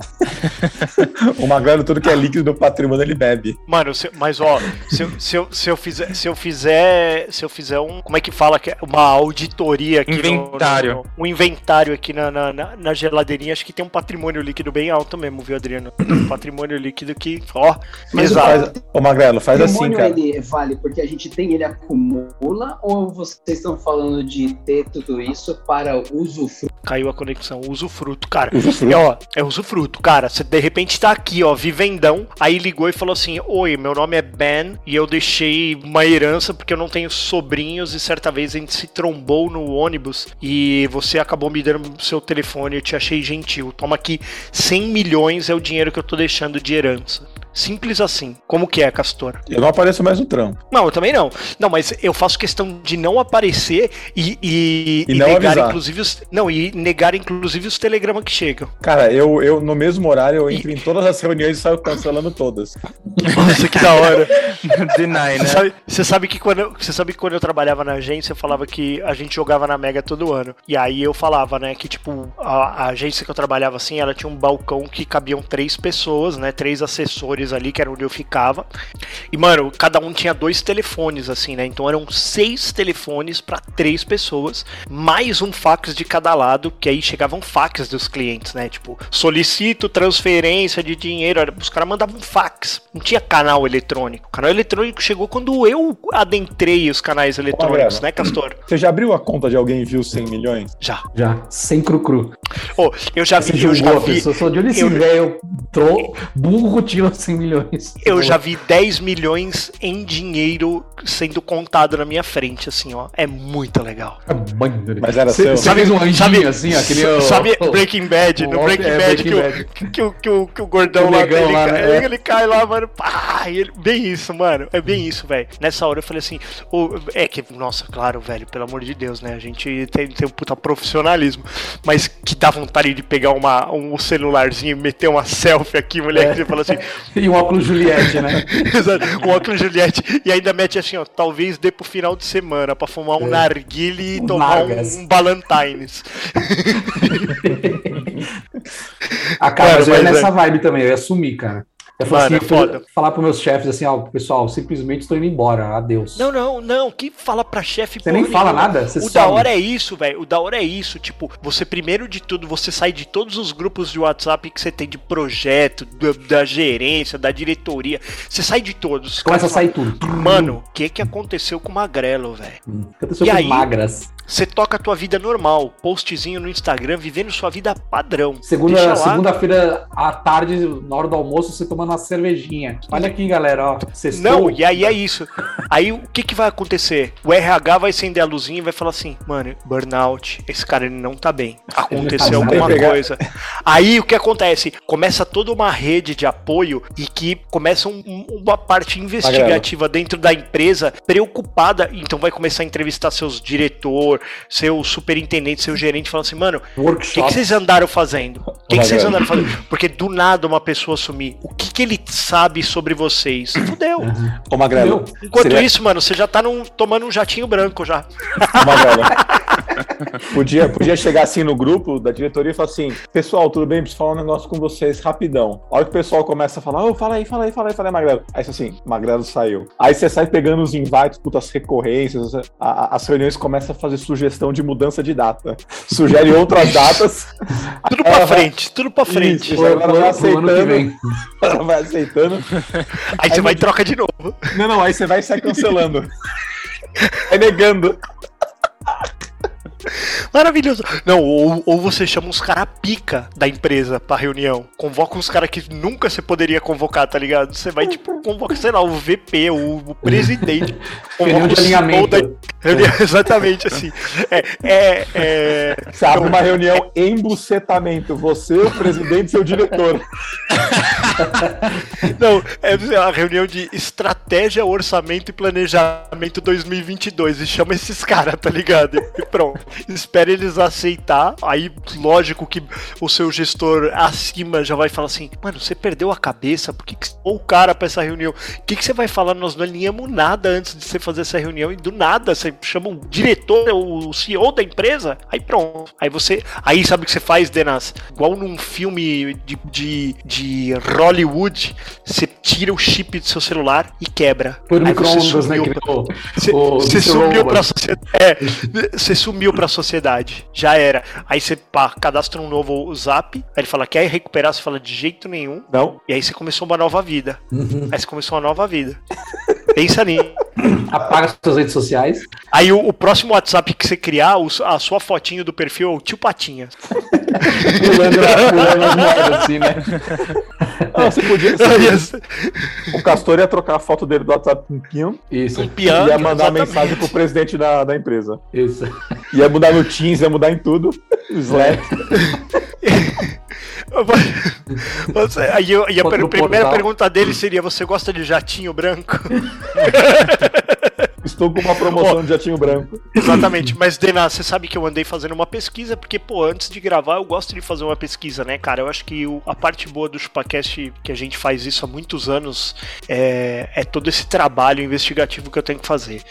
Speaker 1: O Magrelo, tudo que é líquido do patrimônio, ele bebe.
Speaker 3: Mano, se- mas ó, se eu, se, eu, se eu fizer, se eu fizer, se eu fizer um, como é que fala, que é uma auditoria aqui, no-
Speaker 2: Inventário.
Speaker 3: no- um inventário aqui na, na, na- na geladeirinha, acho que tem um patrimônio líquido bem alto mesmo, viu, Adriano? Tem um patrimônio líquido que, ó,
Speaker 5: Mas
Speaker 3: pesado.
Speaker 1: Faz... Ô, Magrelo, faz assim,
Speaker 5: Demônio,
Speaker 4: é
Speaker 1: cara.
Speaker 5: ele vale porque a gente tem, ele acumula, ou vocês estão falando de ter tudo isso para usufruir?
Speaker 3: Caiu a conexão, usufruto, cara.
Speaker 1: Usufruto.
Speaker 3: É, ó, é usufruto, cara. Você de repente tá aqui, ó, vivendão. Aí ligou e falou assim: Oi, meu nome é Ben e eu deixei uma herança porque eu não tenho sobrinhos. E certa vez a gente se trombou no ônibus e você acabou me dando seu telefone. Eu te achei gentil. Toma aqui 100 milhões é o dinheiro que eu tô deixando de herança. Simples assim. Como que é, Castor?
Speaker 1: Eu não apareço mais no trampo.
Speaker 3: Não, eu também não. Não, mas eu faço questão de não aparecer e, e,
Speaker 1: E não
Speaker 3: negar,
Speaker 1: avisar.
Speaker 3: inclusive, os, não, e negar, inclusive, os telegramas que chegam.
Speaker 1: Cara, eu, eu no mesmo horário eu entro em todas as reuniões e saio cancelando todas.
Speaker 3: Nossa, que da hora.
Speaker 2: Deny,
Speaker 3: Você
Speaker 2: né?
Speaker 3: sabe, você sabe que quando eu, você sabe que quando eu trabalhava na agência, eu falava que a gente jogava na Mega todo ano. E aí eu falava, né, que tipo, a, a agência que eu trabalhava assim, ela tinha um balcão que cabiam três pessoas, né, três assessores ali, que era onde eu ficava. E, mano, cada um tinha dois telefones, assim, né? Então eram seis telefones pra três pessoas, mais um fax de cada lado, que aí chegavam fax dos clientes, né? Tipo, solicito transferência de dinheiro. Olha, Os caras mandavam um fax. Não tinha canal eletrônico. O canal eletrônico chegou quando eu adentrei os canais eletrônicos,
Speaker 1: Gabriela.
Speaker 3: né, Castor?
Speaker 1: Você já abriu a conta de alguém e viu 100 milhões?
Speaker 3: Já.
Speaker 4: Já, sem cru-cru.
Speaker 3: Ô, eu já
Speaker 4: Você
Speaker 3: vi, eu
Speaker 4: julgou
Speaker 3: já
Speaker 4: a
Speaker 3: vi.
Speaker 4: pessoa, só de olho esse
Speaker 3: eu-
Speaker 4: velho tro- burro tira 100 milhões.
Speaker 3: Eu já vi 10 milhões em dinheiro sendo contado na minha frente, assim, ó. É muito legal.
Speaker 4: Tá
Speaker 1: Mas era seu?
Speaker 4: Você né? fez um anjinho assim, aquele... ó,
Speaker 3: Sabe
Speaker 4: ó,
Speaker 3: Breaking Bad?
Speaker 4: o
Speaker 3: No
Speaker 4: golpe-
Speaker 3: Breaking
Speaker 4: é,
Speaker 3: Bad que,
Speaker 4: Breaking
Speaker 3: o, que, o, que, o, que o gordão
Speaker 4: O
Speaker 3: lá,
Speaker 4: negão
Speaker 3: ele,
Speaker 4: lá,
Speaker 3: cai,
Speaker 4: né? É.
Speaker 3: ele cai lá, mano. Pá, e ele, bem isso, mano. É bem isso, velho. Nessa hora eu falei assim. ô, é que, nossa, claro, velho, pelo amor de Deus, né? A gente tem, tem um puta profissionalismo. Mas que dá vontade de pegar uma, um celularzinho e meter uma selfie aqui,
Speaker 4: É.
Speaker 3: moleque. Você fala assim,
Speaker 4: E um óculos Juliette, né?
Speaker 3: Exato, o óculos Juliette. E ainda mete assim, ó, talvez dê pro final de semana pra fumar um narguile e
Speaker 4: É. Um
Speaker 3: tomar
Speaker 4: Nargas.
Speaker 3: um, um Ballantines.
Speaker 4: A cara,
Speaker 3: Cara,
Speaker 4: eu ia
Speaker 3: mas é-
Speaker 4: nessa vibe também, eu ia sumir, cara. Eu ia falar,
Speaker 3: Mano,
Speaker 4: assim,
Speaker 3: é
Speaker 4: eu ia
Speaker 3: foda.
Speaker 4: falar pros meus chefes assim, ó, pessoal, simplesmente estou indo embora, adeus.
Speaker 3: Não, não, não. Quem fala pra chefe
Speaker 4: Você nem
Speaker 3: porra
Speaker 4: fala
Speaker 3: nenhuma.
Speaker 4: nada, você
Speaker 3: O
Speaker 4: some.
Speaker 3: da hora é isso, velho. O da hora é isso. Tipo, você primeiro de tudo, você sai de todos os grupos de WhatsApp que você tem de projeto, da, da gerência, da diretoria. Você sai de todos.
Speaker 4: Começa a
Speaker 3: Cara,
Speaker 4: sair tudo.
Speaker 3: Mano, o que que aconteceu com o Magrelo, velho?
Speaker 4: Aconteceu
Speaker 3: e
Speaker 4: com
Speaker 3: aí?
Speaker 4: magras.
Speaker 3: Você toca a tua vida normal, postzinho no Instagram, vivendo sua vida padrão. Deixa
Speaker 4: Segunda,
Speaker 3: lá.
Speaker 4: segunda-feira à tarde, na hora do almoço, você tomando uma cervejinha. Olha aqui, galera, ó. Vocês
Speaker 3: Não, e aí é isso. Aí o que, que vai acontecer? O RH vai acender a luzinha e vai falar assim: mano, burnout, esse cara ele não tá bem. Aconteceu
Speaker 4: Ele tá
Speaker 3: alguma
Speaker 1: desempregado.
Speaker 3: coisa. Aí o que acontece? Começa toda uma rede de apoio e que começa um- um- uma parte investigativa dentro da empresa preocupada. Então vai começar a entrevistar seus diretor, seu superintendente, seu gerente, falando assim: mano, o que,
Speaker 4: workshop.
Speaker 3: que vocês andaram fazendo? O que, que
Speaker 1: Magrelo.
Speaker 3: vocês andaram fazendo? Porque do nada uma pessoa sumir. O que, que ele sabe sobre vocês? Fudeu.
Speaker 1: Ô, Magrelo.
Speaker 4: Entendeu?
Speaker 3: Enquanto
Speaker 1: Seria-
Speaker 3: isso, mano, você já tá num- tomando um jatinho branco já.
Speaker 1: Ô, Magrelo. Podia, podia chegar assim no grupo da diretoria e falar assim: Pessoal, tudo bem? Preciso falar um negócio com vocês rapidão. A hora que o pessoal começa a falar: Ô, fala aí, fala aí, fala aí, fala aí, Magrelo. Aí você assim: Magrelo saiu. Aí você sai pegando os invites, putas recorrências, a- a- as reuniões começam a fazer sugestão de mudança de data. Sugere outras datas.
Speaker 3: Tudo pra
Speaker 1: Ela vai-
Speaker 3: frente, tudo pra frente.
Speaker 1: É, Isso, agora vai
Speaker 4: Pro- pro ano que
Speaker 1: aceitando,
Speaker 4: vem.
Speaker 3: um
Speaker 1: ela vai aceitando.
Speaker 3: Aí você vai e troca de novo.
Speaker 1: Não, não, aí você vai sair cancelando. Vai negando.
Speaker 3: Maravilhoso. Não, ou, ou você chama uns cara pica da empresa pra reunião. Convoca uns caras que nunca você poderia convocar, tá ligado? Você vai, tipo, convoca, sei lá, o VP, o, o presidente.
Speaker 4: Reunião um de
Speaker 3: o CEO
Speaker 4: alinhamento.
Speaker 3: da- Reunião- Exatamente assim. É, é, é...
Speaker 1: Você abre uma reunião embucetamento. Você, o presidente e seu diretor.
Speaker 3: Não, é sei lá, reunião de estratégia, orçamento e planejamento 2022. E chama esses caras, tá ligado? E pronto. Espera eles aceitar. Aí, lógico que o seu gestor acima já vai falar assim: mano, você perdeu a cabeça? Por que, que você chamou o cara pra essa reunião? O que, que você vai falar? Nós não alinhamos nada antes de você fazer essa reunião. E do nada, você chama o diretor, o CEO da empresa. Aí pronto. Aí você. Aí sabe o que você faz, Denas? Igual num filme de, de, de Hollywood, você tira o chip do seu celular e quebra.
Speaker 4: Foi no
Speaker 3: Aí você
Speaker 4: micro-ondas, né?
Speaker 3: sumiu
Speaker 4: que
Speaker 3: pra-
Speaker 4: deu-
Speaker 3: Você
Speaker 4: o
Speaker 3: você
Speaker 4: Mr.
Speaker 3: sumiu
Speaker 4: Robot.
Speaker 3: pra sociedade. É, você sumiu pra sociedade. Já era. Aí você pá, cadastra um novo zap. Aí ele fala, quer recuperar? Você fala, de jeito nenhum.
Speaker 1: Não.
Speaker 3: E aí você começou uma nova vida.
Speaker 1: Uhum.
Speaker 3: Aí você começou uma nova vida. Pensa nisso.
Speaker 4: Apaga suas redes sociais.
Speaker 3: Aí o, o próximo WhatsApp que você criar, o- a sua fotinho do perfil é o tio Patinha.
Speaker 4: Pulando, pulando as moedas, assim, né?
Speaker 1: Não, você podia. O Castor ia trocar a foto dele do WhatsApp com o Pinho
Speaker 4: Isso,
Speaker 3: Um
Speaker 1: e
Speaker 3: piano.
Speaker 1: ia mandar
Speaker 3: exatamente.
Speaker 1: mensagem pro presidente da, da empresa.
Speaker 4: isso.
Speaker 1: Né? Ia mudar no Teams, ia mudar em tudo. Slack.
Speaker 3: Você, aí eu- e a
Speaker 4: Pode
Speaker 3: per-
Speaker 4: no
Speaker 3: primeira
Speaker 4: portal.
Speaker 3: pergunta dele seria: você gosta de jatinho branco?
Speaker 1: Estou com uma promoção de jatinho branco.
Speaker 3: Exatamente, mas Dena, você sabe que eu andei fazendo uma pesquisa, porque, pô, antes de gravar eu gosto de fazer uma pesquisa, né, cara? Eu acho que o- a parte boa do ChupaCast, que a gente faz isso há muitos anos, é, é todo esse trabalho investigativo que eu tenho que fazer.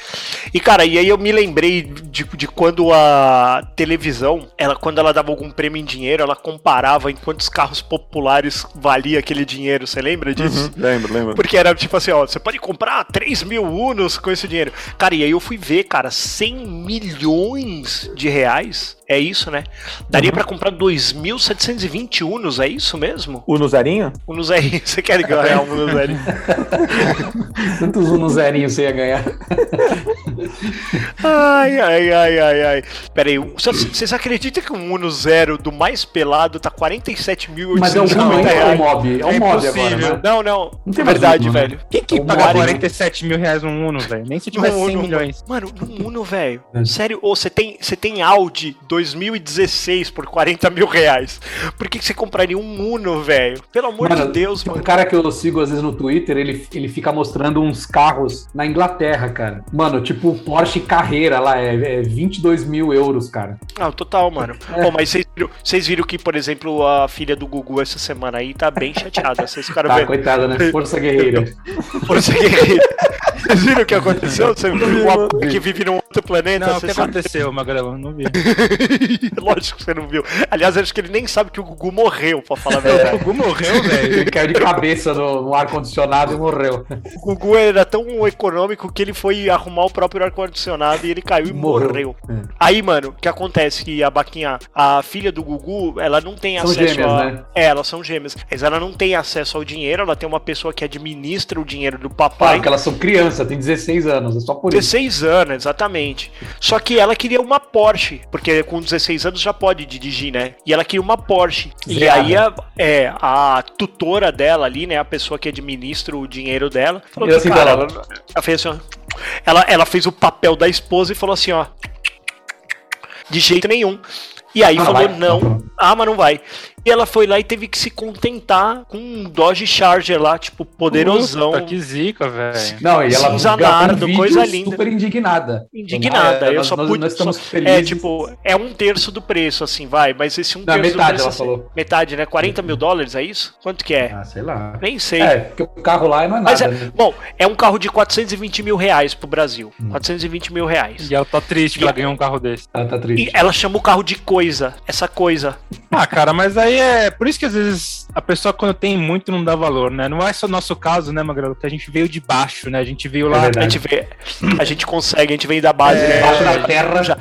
Speaker 3: E, cara, e aí eu me lembrei de, de quando a televisão, ela quando ela dava algum prêmio em dinheiro, ela comparava em quantos carros populares valia aquele dinheiro, você lembra disso?
Speaker 1: Lembro, lembro.
Speaker 3: Porque era tipo assim, ó, você pode comprar 3 mil Unos com esse dinheiro. Cara, e aí eu fui ver, cara, 100 milhões de reais, é isso, né?
Speaker 4: Uhum.
Speaker 3: Daria pra comprar 2.720 Unos, é isso mesmo?
Speaker 1: O Nuzarinho?
Speaker 3: Unos R, você quer ganhar um Unos R?
Speaker 4: Tantos um no zerinho você ia ganhar.
Speaker 3: Ai, ai, ai, ai, ai. Pera aí, só- vocês acreditam que um Uno Zero do mais pelado tá 47.850
Speaker 4: Mas é um Uno, hein? é um
Speaker 3: reais?
Speaker 4: mob. É um
Speaker 2: É
Speaker 4: mob
Speaker 2: impossível.
Speaker 4: agora. Né?
Speaker 3: Não, não,
Speaker 4: Não
Speaker 3: é
Speaker 4: tem mais
Speaker 3: verdade,
Speaker 4: Uno, né?
Speaker 3: velho.
Speaker 2: Quem que
Speaker 4: O
Speaker 2: paga
Speaker 4: Mario-
Speaker 2: 47 mil reais num Uno, velho? Nem se tivesse
Speaker 3: Um
Speaker 2: 100
Speaker 3: Uno,
Speaker 2: milhões.
Speaker 3: Mano,
Speaker 4: Tipo,
Speaker 3: no Uno, velho.
Speaker 4: né?
Speaker 3: Sério, ou você tem, você tem Audi 2016 por 40 mil reais. Por que, que você compraria um Uno, velho? Pelo amor
Speaker 4: Mano,
Speaker 3: de Deus,
Speaker 4: Tem um
Speaker 3: mano.
Speaker 4: cara que eu sigo às vezes no Twitter, ele, ele fica mostrando uns carros na Inglaterra, cara. Mano, tipo o Porsche Carreira lá, é, é 22 mil euros, cara.
Speaker 3: Não, total, mano.
Speaker 4: é.
Speaker 3: Pô, mas vocês viram, vocês viram que, por exemplo, a filha do Gugu essa semana aí tá bem chateada. Vocês ficaram
Speaker 4: Tá,
Speaker 3: vendo.
Speaker 4: coitada, né? Força guerreira.
Speaker 3: Por isso que- Vocês viram o que aconteceu? Você viu uma puta que vive num outro planeta?
Speaker 2: Não, o
Speaker 3: Você
Speaker 2: que
Speaker 3: sabe-
Speaker 2: aconteceu, Magrelão? Não vi.
Speaker 3: Lógico que você não viu. Aliás, acho que ele nem sabe que o Gugu morreu, pra
Speaker 4: É.
Speaker 3: falar a verdade.
Speaker 2: O Gugu morreu, velho.
Speaker 4: Ele caiu de cabeça no, no ar-condicionado e morreu.
Speaker 3: O Gugu era tão econômico que ele foi arrumar o próprio ar-condicionado e ele caiu e morreu.
Speaker 4: Morreu. É.
Speaker 3: Aí, mano, o que acontece? Que a Baquinha, a filha do Gugu, ela não tem
Speaker 4: São
Speaker 3: acesso
Speaker 4: gêmeas,
Speaker 3: a.
Speaker 4: né?
Speaker 3: É, elas são gêmeas. Mas ela não tem acesso ao dinheiro, ela tem uma pessoa que administra o dinheiro do
Speaker 4: Claro,
Speaker 3: papai.
Speaker 4: porque elas são criança, tem 16 anos, é só por isso.
Speaker 3: 16 anos, exatamente. Só que ela queria uma Porsche, porque com 16 anos já pode dirigir, né? E ela queria uma Porsche. E
Speaker 4: Zerada.
Speaker 3: aí a, é, a tutora dela ali, né? A pessoa que administra o dinheiro dela, falou
Speaker 4: E
Speaker 3: que,
Speaker 4: assim,
Speaker 3: cara,
Speaker 4: dela,
Speaker 3: ela, ela fez assim, ó. Ela, ela fez o papel da esposa e falou assim, ó. De jeito nenhum. E aí
Speaker 4: Ah,
Speaker 3: falou,
Speaker 4: vai.
Speaker 3: não,
Speaker 4: Uhum.
Speaker 3: ah, mas não vai. E ela foi lá e teve que se contentar com um Dodge Charger lá, tipo, poderosão.
Speaker 2: Puta, que zica, velho.
Speaker 4: Não, e ela
Speaker 3: Cinza
Speaker 4: ela tem
Speaker 3: nardo, coisa linda.
Speaker 4: super indignada.
Speaker 3: indignada.
Speaker 4: Ela-
Speaker 3: eu só
Speaker 4: É, nós,
Speaker 3: pude.
Speaker 4: nós estamos
Speaker 3: só-
Speaker 4: felizes.
Speaker 3: É, tipo, é um terço do preço, assim, vai. Mas esse um
Speaker 4: Na
Speaker 3: terço do
Speaker 4: metade,
Speaker 3: preço.
Speaker 4: ela
Speaker 3: assim,
Speaker 4: falou.
Speaker 3: Metade, né? 40 mil dólares, é isso? Quanto que é?
Speaker 4: Ah, sei lá.
Speaker 3: Nem sei.
Speaker 4: É, porque o carro lá não é nada.
Speaker 3: Mas é,
Speaker 4: né?
Speaker 3: bom, é um carro de 420 mil reais pro Brasil.
Speaker 4: Hum.
Speaker 3: 420 mil reais.
Speaker 2: E ela tá triste que ela ganhou um carro desse.
Speaker 4: Ela tá
Speaker 3: E
Speaker 4: triste.
Speaker 3: ela chama o carro de coisa, essa coisa.
Speaker 2: Ah, cara, mas aí é. Por isso que às vezes a pessoa, quando tem muito, não dá valor, né? Não é só nosso caso, né, Magrelo? Que a gente veio de baixo, né? A gente veio lá.
Speaker 4: É
Speaker 3: A
Speaker 4: verdade.
Speaker 3: gente vê, a gente consegue, a gente vem da base, né?
Speaker 4: Embaixo da terra.
Speaker 3: Já,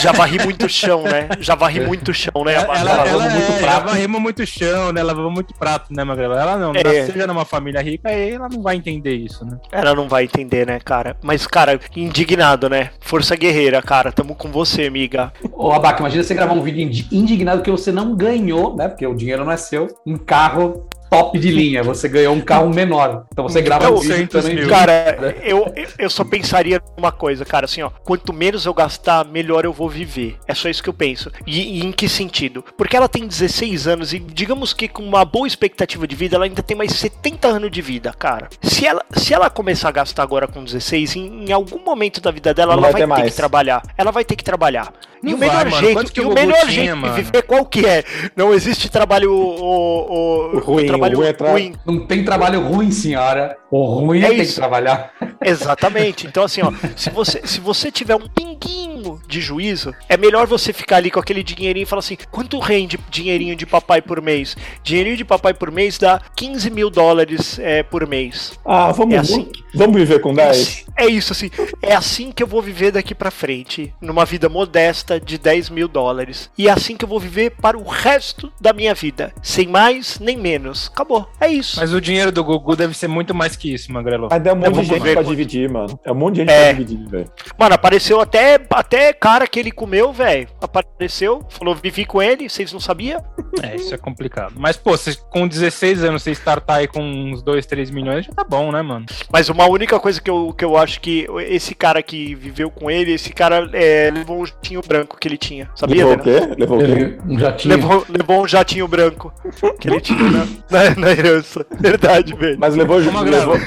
Speaker 3: já varri muito chão, né? Já varri muito chão, né?
Speaker 2: ela,
Speaker 3: Amado?
Speaker 2: ela,
Speaker 4: É, lavou
Speaker 2: ela,
Speaker 4: muito
Speaker 2: é,
Speaker 4: prato.
Speaker 2: ela rimou muito chão, né? Ela lavou muito prato, né, Magrelo? Ela não.
Speaker 3: É.
Speaker 2: Ela seja numa família rica, aí ela não vai entender isso, né?
Speaker 3: Ela não vai entender, né, cara? Mas, cara, indignado, né? Força guerreira, cara. Tamo com você, amiga.
Speaker 4: Ô, Abaca, imagina você gravar um vídeo indi- indignado que você não ganhou, né? Porque o dinheiro não é seu, um carro top de linha. Você ganhou um carro menor. Então você grava um vídeo
Speaker 2: 400
Speaker 4: também.
Speaker 2: mil.
Speaker 3: Cara, eu, eu só pensaria numa coisa, cara, assim, ó. Quanto menos eu gastar, melhor eu vou viver. É só isso que eu penso. E, e em que sentido? Porque ela tem 16 anos e, digamos que com uma boa expectativa de vida, ela ainda tem mais 70 anos de vida, cara. Se ela, se ela começar a gastar agora com 16, em, em algum momento da vida dela,
Speaker 1: Não
Speaker 3: ela
Speaker 1: vai
Speaker 3: vai,
Speaker 1: ter
Speaker 3: ter
Speaker 1: mais.
Speaker 3: que trabalhar. Ela vai ter que trabalhar. e
Speaker 2: Não
Speaker 3: o melhor
Speaker 2: vai, mano.
Speaker 3: jeito,
Speaker 2: Quanto que
Speaker 3: e
Speaker 2: o
Speaker 3: o
Speaker 2: Gugu
Speaker 3: melhor
Speaker 2: tinha,
Speaker 3: jeito
Speaker 2: mano?
Speaker 3: de viver qual que é? Não existe trabalho o, o,
Speaker 1: Ruim,
Speaker 3: trabalho
Speaker 1: o ruim é tra-
Speaker 3: ruim,
Speaker 4: Não tem trabalho ruim, senhora. O ruim
Speaker 3: É
Speaker 4: é, tem
Speaker 3: isso.
Speaker 4: que trabalhar.
Speaker 3: Exatamente. Então, assim, ó, se você, se você tiver um pinguinho de juízo, é melhor você ficar ali com aquele dinheirinho e falar assim: quanto rende dinheirinho de papai por mês? Dinheirinho de papai por mês dá 15 mil dólares é, por mês.
Speaker 1: Ah, vamos,
Speaker 3: É assim.
Speaker 1: vamos viver com
Speaker 3: É
Speaker 1: 10?
Speaker 3: assim- É isso, assim. É assim que eu vou viver daqui pra frente, numa vida modesta de 10 mil dólares. E é assim que eu vou viver para o resto da minha vida. Sem mais nem menos. Acabou. É isso.
Speaker 2: Mas o dinheiro do Gugu deve ser muito mais que isso, Magrelo.
Speaker 1: Mas é um monte de
Speaker 3: vamos
Speaker 1: gente
Speaker 3: ver
Speaker 1: pra
Speaker 3: quanto.
Speaker 1: dividir, mano. É um monte de gente
Speaker 3: É.
Speaker 1: pra dividir, velho.
Speaker 3: Mano, apareceu até, Até cara que ele comeu, velho, apareceu, falou, vivi com ele, vocês não sabiam?
Speaker 2: É, isso é complicado. Mas, pô, você, com 16 anos, você startar aí com uns 2, 3 milhões, já tá bom, né, mano?
Speaker 3: Mas uma única coisa que eu, que eu acho que esse cara que viveu com ele, esse cara é, levou um jatinho branco que ele tinha. Sabia,
Speaker 1: Levou o
Speaker 3: Renan?
Speaker 1: quê? Levou o quê?
Speaker 4: Um jatinho.
Speaker 3: Levou, levou um jatinho branco que ele tinha na, na- na herança. Verdade, velho.
Speaker 1: Mas levou,
Speaker 2: Uma
Speaker 1: levou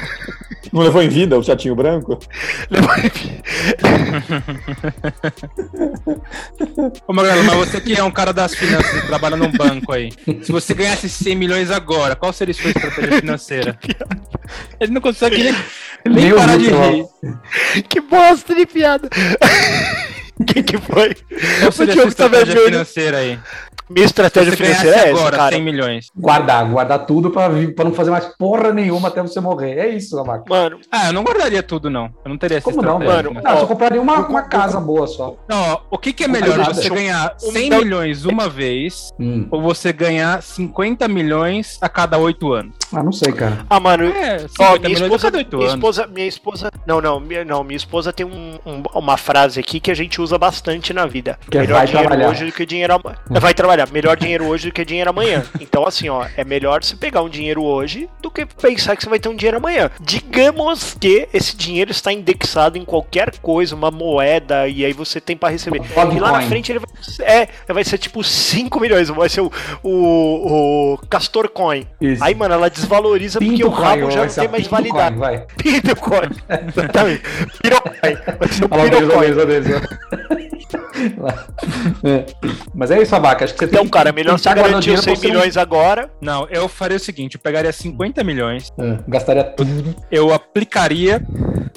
Speaker 1: Não levou em vida o chatinho branco?
Speaker 3: Levou-
Speaker 2: Ô, Magrelo, mas você que é um cara das finanças e trabalha num banco aí. Se você ganhasse 100 milhões agora, qual seria a sua estratégia financeira? Ele não consegue nem, nem
Speaker 4: Meu
Speaker 2: parar de
Speaker 4: Deus,
Speaker 2: rir.
Speaker 3: que bosta de piada. que que foi?
Speaker 2: Qual seria a
Speaker 3: Diogo
Speaker 2: sua
Speaker 3: tá me
Speaker 2: estratégia
Speaker 3: olhando.
Speaker 2: financeira aí?
Speaker 3: Minha
Speaker 2: Se
Speaker 3: estratégia
Speaker 2: você
Speaker 3: financeira
Speaker 2: ganhasse
Speaker 3: é essa,
Speaker 2: agora
Speaker 3: cara.
Speaker 2: 100 milhões.
Speaker 4: Guardar, guardar tudo pra, vi- pra não fazer mais porra nenhuma até você morrer. É isso, Lamaco.
Speaker 3: Mano,
Speaker 2: Ah, eu não guardaria tudo, não. Eu não teria essa
Speaker 3: é
Speaker 4: Como não,
Speaker 2: estratégia.
Speaker 4: mano?
Speaker 3: mano?
Speaker 2: né?
Speaker 4: Não, eu só compraria uma,
Speaker 5: Eu-
Speaker 4: uma casa boa só.
Speaker 2: Não, ó, o que, que é
Speaker 4: Não
Speaker 2: melhor?
Speaker 4: faz nada.
Speaker 2: Você ganhar
Speaker 3: Um
Speaker 2: 100
Speaker 3: milhão-
Speaker 2: milhões uma vez
Speaker 4: Hum.
Speaker 2: ou você ganhar 50 milhões a cada 8 anos?
Speaker 4: Ah, não sei, cara.
Speaker 3: ah, mano,
Speaker 2: É, 50
Speaker 3: Ó, minha
Speaker 2: milhões a
Speaker 3: esposa,
Speaker 2: cada 8
Speaker 3: minha
Speaker 2: anos.
Speaker 3: esposa, minha esposa, não, não, minha, não, minha esposa tem um- um- uma frase aqui que a gente usa bastante na vida.
Speaker 4: Que é vai
Speaker 3: dinheiro
Speaker 4: trabalhar.
Speaker 3: hoje do que dinheiro amanhã. Vai trabalhar, melhor dinheiro hoje do que dinheiro amanhã. Então assim, ó, é melhor você pegar um dinheiro hoje do que pensar que você vai ter um dinheiro amanhã. Digamos que esse dinheiro está indexado em qualquer coisa, uma moeda e aí você tem para receber. E lá na
Speaker 4: Dogcoin.
Speaker 3: frente ele vai ser, é, vai ser tipo 5 milhões, vai ser o, o, o Castor Coin.
Speaker 4: Isso.
Speaker 3: Aí, mano, ela desvaloriza porque
Speaker 4: Pinto
Speaker 3: o rabo
Speaker 4: coin,
Speaker 3: já
Speaker 4: vai
Speaker 3: não
Speaker 4: ser
Speaker 3: tem mais
Speaker 4: Pinto
Speaker 3: validade.
Speaker 4: coin, vai.
Speaker 3: Pirocói. Exatamente. Pirocói. Vai ser o
Speaker 4: Olha lá, beleza,
Speaker 3: pirocói.
Speaker 4: beleza, beleza. Lá. É. Mas é isso, Abaca. Acho que você
Speaker 3: Então,
Speaker 4: tem
Speaker 3: cara, é
Speaker 4: que
Speaker 3: melhor você
Speaker 4: tentar guardar
Speaker 3: garantir os
Speaker 4: dinheiro
Speaker 3: 100
Speaker 4: pra você
Speaker 3: milhões agora.
Speaker 2: Não, eu faria o seguinte: eu pegaria 50 milhões,
Speaker 4: não- É, Gastaria tudo.
Speaker 2: eu aplicaria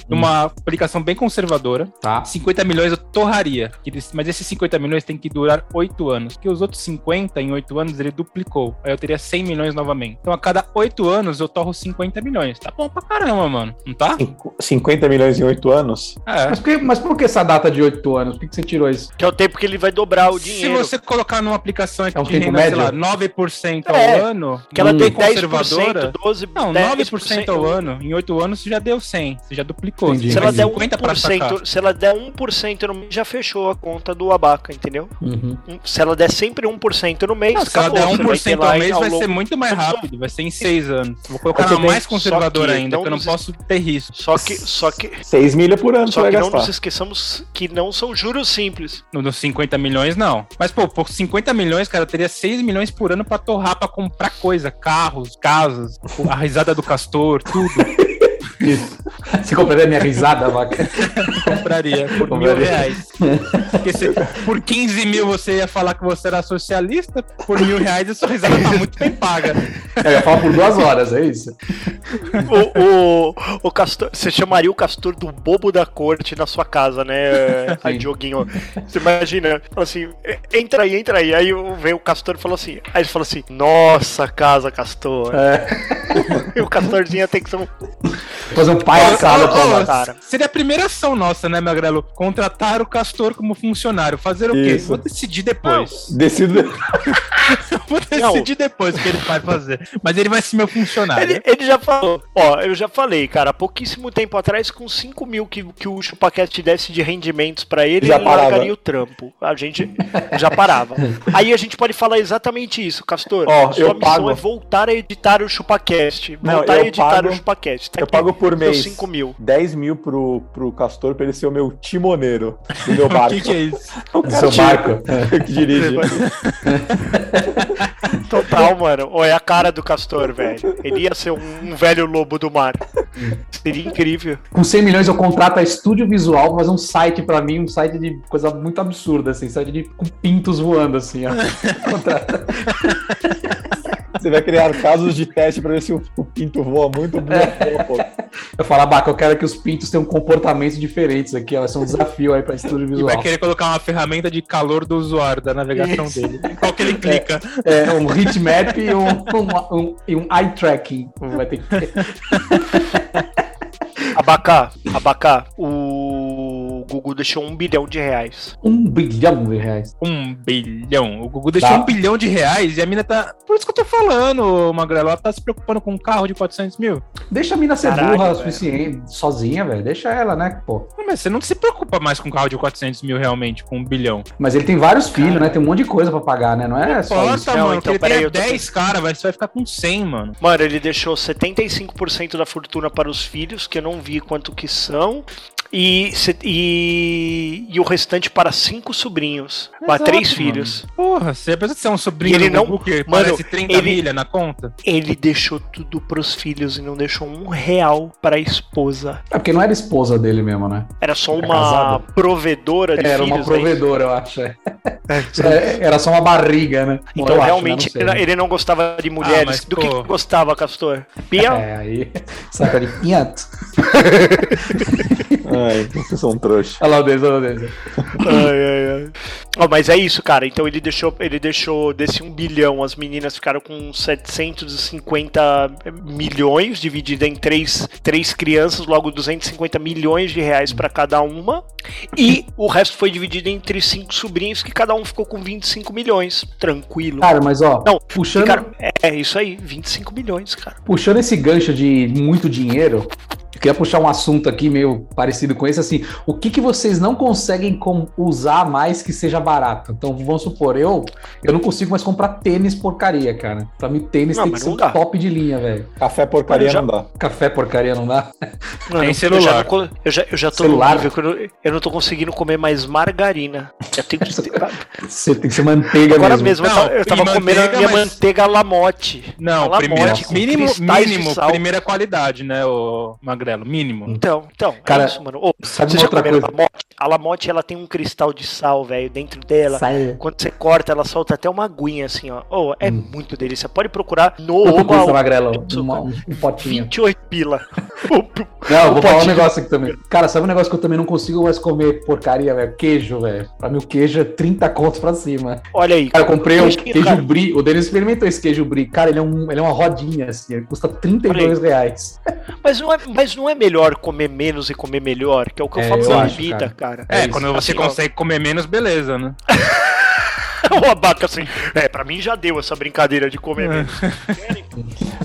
Speaker 2: numa aplicação bem conservadora.
Speaker 4: Tá.
Speaker 2: 50 milhões eu torraria. que eles- Mas esses 50 milhões tem que durar 8 anos. Porque os outros 50 em 8 anos ele duplicou. Aí eu teria 100 milhões novamente. Então a cada 8 anos eu torro 50 milhões. Tá bom pra caramba, mano. Não tá?
Speaker 1: Cinco- 50 milhões em 8 anos?
Speaker 2: É.
Speaker 4: Mas por, que, mas por que essa data de 8 anos? Por que, que você tirou isso?
Speaker 3: Que é o tempo que ele vai dobrar o
Speaker 2: Se
Speaker 3: dinheiro.
Speaker 2: você colocar numa aplicação aqui
Speaker 4: É um
Speaker 2: de
Speaker 4: tempo
Speaker 2: renda, sei
Speaker 4: médio?
Speaker 2: lá, 9% ao
Speaker 3: É,
Speaker 2: ano,
Speaker 3: Que ela
Speaker 4: Hum.
Speaker 3: tem 10%,
Speaker 2: conservadora.
Speaker 3: 12%.
Speaker 2: Não, 9%
Speaker 3: 10%.
Speaker 2: ao ano, em 8 anos você já deu 100, você já duplicou.
Speaker 4: Entendi.
Speaker 2: Você
Speaker 3: Se ela,
Speaker 2: vai
Speaker 3: der
Speaker 2: 50 pra sacar.
Speaker 3: 1%, se ela der 1% no mês, já fechou a conta do abaca, entendeu?
Speaker 4: Uhum.
Speaker 3: Um- Se ela der sempre 1% no mês,
Speaker 2: Não, se ela der
Speaker 3: acabou, você vai
Speaker 2: 1%
Speaker 3: ter lá
Speaker 2: ao
Speaker 3: aí
Speaker 2: mês,
Speaker 3: ao
Speaker 2: vai
Speaker 3: longo-
Speaker 2: ser muito mais rápido, vai ser em 6 anos. Vou colocar
Speaker 1: Mas você
Speaker 2: uma
Speaker 1: tem-
Speaker 2: mais conservadora
Speaker 3: só que então
Speaker 2: ainda,
Speaker 3: não
Speaker 2: porque eu não
Speaker 3: nos-
Speaker 2: posso ter risco.
Speaker 3: Só que, só que,
Speaker 1: 6 milha é por ano você
Speaker 3: só
Speaker 4: é
Speaker 1: vai
Speaker 3: que não
Speaker 1: gastar.
Speaker 3: nos esqueçamos que não são juros simples.
Speaker 2: No- Nos 50 milhões, não. Mas, pô, por 50 milhões, cara, eu teria 6 milhões por ano pra torrar, pra comprar coisa, carros, casas, a risada do castor, tudo
Speaker 4: Isso. Você compraria minha risada, Abaca?
Speaker 2: compraria por mil
Speaker 4: Compraria.
Speaker 2: reais. Porque se- por 15 mil você ia falar que você era socialista, por mil reais a sua risada tá muito bem paga. né?
Speaker 4: É, Eu ia falar por duas horas, é isso?
Speaker 3: O, o, o Castor, você chamaria o Castor do bobo da corte na sua casa, né, aí,
Speaker 4: Sim.
Speaker 3: Dioguinho? Você imagina, fala assim, entra aí, entra aí. Aí vem o Castor e fala assim, aí ele fala assim, nossa casa, Castor. e o Castorzinho tem que ser um...
Speaker 4: Fazer um palhaçada
Speaker 2: Ô, ô, ô,
Speaker 4: pra lá.
Speaker 3: cara.
Speaker 2: Seria a primeira ação nossa, né, Magrelo? Contratar o Castor como funcionário. Fazer o quê?
Speaker 1: Isso.
Speaker 2: Vou decidir depois.
Speaker 1: Decido.
Speaker 2: Vou decidir depois o que ele vai fazer. Mas ele vai ser meu funcionário.
Speaker 1: né?
Speaker 3: Ele, ele já falou, ó, eu já falei, cara, há pouquíssimo tempo atrás, com 5 mil que, que o Chupaquete desse de rendimentos pra ele,
Speaker 1: Já
Speaker 3: ele
Speaker 1: parava.
Speaker 3: largaria o trampo. A gente já parava. Aí a gente pode falar exatamente isso, Castor.
Speaker 1: Ó,
Speaker 3: sua
Speaker 1: eu
Speaker 3: missão
Speaker 1: pago.
Speaker 3: é voltar a editar o ChupaCast.
Speaker 1: Não,
Speaker 3: Voltar
Speaker 1: eu
Speaker 3: a editar
Speaker 1: pago-
Speaker 3: o ChupaCast. Tá
Speaker 1: Eu
Speaker 3: aqui
Speaker 1: pago por
Speaker 3: meus
Speaker 1: mês
Speaker 3: 5 mil.
Speaker 1: 10 mil pro, pro Castor pra ele ser o meu timoneiro do meu
Speaker 2: O
Speaker 1: barco.
Speaker 2: que, que é isso?
Speaker 1: O
Speaker 4: Do
Speaker 1: cara
Speaker 4: seu
Speaker 1: tira-
Speaker 4: barco.
Speaker 1: que dirige.
Speaker 3: Total, mano. Ó, é a cara do Castor, velho. Ele ia ser um, um velho lobo do mar. Seria incrível.
Speaker 4: Com 100 milhões eu contrato a Estúdio Visual pra fazer um site pra mim, um site de coisa muito absurda, assim, site de com pintos voando, assim, ó. Contrata.
Speaker 1: Você vai criar casos de teste pra ver se o o pinto voa muito muito pouco.
Speaker 4: Eu falo, Abaca, eu quero que os pintos tenham comportamentos diferentes aqui, ó. Esse é um desafio aí pra Estúdio
Speaker 2: E
Speaker 4: Visual.
Speaker 2: vai querer colocar uma ferramenta de calor do usuário, da navegação dele. Qual que ele clica?
Speaker 4: É, um heatmap e um, um- um- e um eye tracking. Vai ter que ter.
Speaker 3: Abacá, abacá, o. Gugu deixou um bilhão de reais.
Speaker 4: Um bilhão de reais.
Speaker 2: Um bilhão. O Gugu deixou
Speaker 4: Dá.
Speaker 2: um bilhão de reais e a mina tá. Por isso que eu tô falando, Magrela. Ela tá se preocupando com um carro de 400 mil.
Speaker 4: Deixa a mina ser
Speaker 3: Caralho,
Speaker 4: burra o
Speaker 3: velho.
Speaker 4: suficiente, sozinha, velho. Deixa ela, né, pô.
Speaker 2: Não, Mas você não se preocupa mais com um carro de 400 mil realmente, com um bilhão.
Speaker 4: Mas ele tem vários filhos, né? Tem um monte de coisa pra pagar, né? Não é só isso.
Speaker 2: Importa,
Speaker 3: Não,
Speaker 2: tá, mano.
Speaker 3: então,
Speaker 2: que ele
Speaker 3: peraí,
Speaker 2: tenha
Speaker 3: eu tô
Speaker 2: 10 caras, vai- você vai ficar com 100, mano.
Speaker 3: Mano, ele deixou 75% da fortuna para os filhos, que eu não vi quanto que são. E, se- e, e o restante para cinco sobrinhos. para
Speaker 2: Exato,
Speaker 3: três
Speaker 2: mano.
Speaker 3: filhos.
Speaker 2: Porra, você apesar de ser um sobrinho
Speaker 3: E ele
Speaker 2: do Gugu que
Speaker 3: mano,
Speaker 2: parece 30
Speaker 3: ele-
Speaker 2: milha na conta.
Speaker 3: Ele deixou tudo pros filhos e não deixou um real para a esposa.
Speaker 4: É porque não era esposa dele mesmo, né?
Speaker 3: Era só
Speaker 4: Tá
Speaker 3: uma
Speaker 4: casado?
Speaker 3: provedora de
Speaker 4: Era
Speaker 3: filhos.
Speaker 4: uma
Speaker 3: né?
Speaker 4: provedora, eu acho. é. É, Era só uma barriga, né? Ou
Speaker 3: Então,
Speaker 4: eu acho,
Speaker 3: realmente,
Speaker 4: né? Não sei.
Speaker 3: ele não gostava de mulheres.
Speaker 2: Ah, mas,
Speaker 3: Do que
Speaker 2: pô.
Speaker 3: que gostava, Castor? Pia?
Speaker 4: É, aí. Saca de pinhato.
Speaker 1: Ai, vocês são trouxa.
Speaker 4: Olha lá o Deus, olha lá o Deus.
Speaker 3: ai, ai, ai. Ó, mas é isso, cara. Então ele deixou, ele deixou desse 1 bilhão, as meninas ficaram com 750 milhões, dividida em três, três crianças, logo 250 milhões de reais pra cada uma. E o resto foi dividido entre cinco sobrinhos, que cada um ficou com 25 milhões. Tranquilo.
Speaker 4: Cara, mas ó,
Speaker 3: Não,
Speaker 4: puxando,
Speaker 3: Cara, é, é isso aí, 25 milhões, cara.
Speaker 4: puxando esse gancho de muito dinheiro, eu queria puxar um assunto aqui meio parecido com esse, assim, o que que vocês não conseguem com- usar mais que seja barato? Então, vamos supor, eu eu não consigo mais comprar tênis porcaria, cara. Pra mim, tênis
Speaker 3: Não,
Speaker 4: tem
Speaker 3: mas
Speaker 4: que ser
Speaker 3: não
Speaker 4: um
Speaker 3: dá.
Speaker 4: top de linha, velho.
Speaker 1: Café porcaria
Speaker 3: Eu já-
Speaker 1: não dá.
Speaker 4: Café porcaria não dá?
Speaker 3: Mano,
Speaker 2: Tem
Speaker 3: eu-
Speaker 2: celular.
Speaker 3: Eu já, não co- eu já, eu já tô
Speaker 4: Celular.
Speaker 3: no nível que eu não, eu não tô conseguindo comer mais margarina. Eu tenho que-
Speaker 4: Você tem que ser manteiga
Speaker 3: Agora
Speaker 4: mesmo.
Speaker 3: mesmo, eu
Speaker 2: Não,
Speaker 3: tava- eu
Speaker 2: e
Speaker 3: tava comendo a
Speaker 2: manteiga,
Speaker 3: minha
Speaker 2: mas-
Speaker 3: manteiga Lamote.
Speaker 2: Não,
Speaker 3: Ela
Speaker 2: primeira,
Speaker 3: morte com
Speaker 2: mínimo,
Speaker 3: cristais de
Speaker 2: mínimo,
Speaker 3: sal.
Speaker 2: primeira qualidade, né, ô Magrelo? Mínimo.
Speaker 3: Então, então, é
Speaker 4: Cara,
Speaker 3: isso, mano. Ô,
Speaker 4: Sabe
Speaker 3: vocês
Speaker 4: uma
Speaker 3: já
Speaker 4: outra
Speaker 3: comeram
Speaker 4: coisa?
Speaker 3: Lamote? A Lamote, ela tem um cristal de sal, velho, dentro dela. Quando você corta, ela solta até uma aguinha, assim, ó. Ô, é muito delícia. Pode procurar no
Speaker 4: Hum. Quanto custa,
Speaker 3: Oba
Speaker 4: Magrelo?
Speaker 3: açúcar.
Speaker 4: Uma- Um, um potinho.
Speaker 3: 28 pila.
Speaker 4: Não, eu vou
Speaker 3: um
Speaker 4: falar um
Speaker 3: potinho.
Speaker 4: negócio aqui também. Cara, sabe um negócio que eu também não consigo mais comer porcaria, velho? Queijo, velho. Pra mim, o queijo é 30 contos pra cima.
Speaker 3: Olha aí.
Speaker 4: Cara, eu comprei um
Speaker 3: Acho que,
Speaker 4: queijo
Speaker 3: cara,
Speaker 4: brie. O Denis experimentou esse queijo brie. Cara, ele é, um, ele é uma rodinha, assim. Ele custa 32 reais.
Speaker 3: Mas não, é, mas não é melhor comer menos e comer melhor, que é o que eu
Speaker 4: É,
Speaker 3: falo
Speaker 4: eu
Speaker 3: da
Speaker 4: acho,
Speaker 3: bebida, cara.
Speaker 2: É,
Speaker 4: isso.
Speaker 2: quando você
Speaker 3: Assim, ó.
Speaker 2: consegue comer menos, beleza, né?
Speaker 3: o abaca assim. É, pra mim já deu essa brincadeira de
Speaker 4: É.
Speaker 3: comer menos.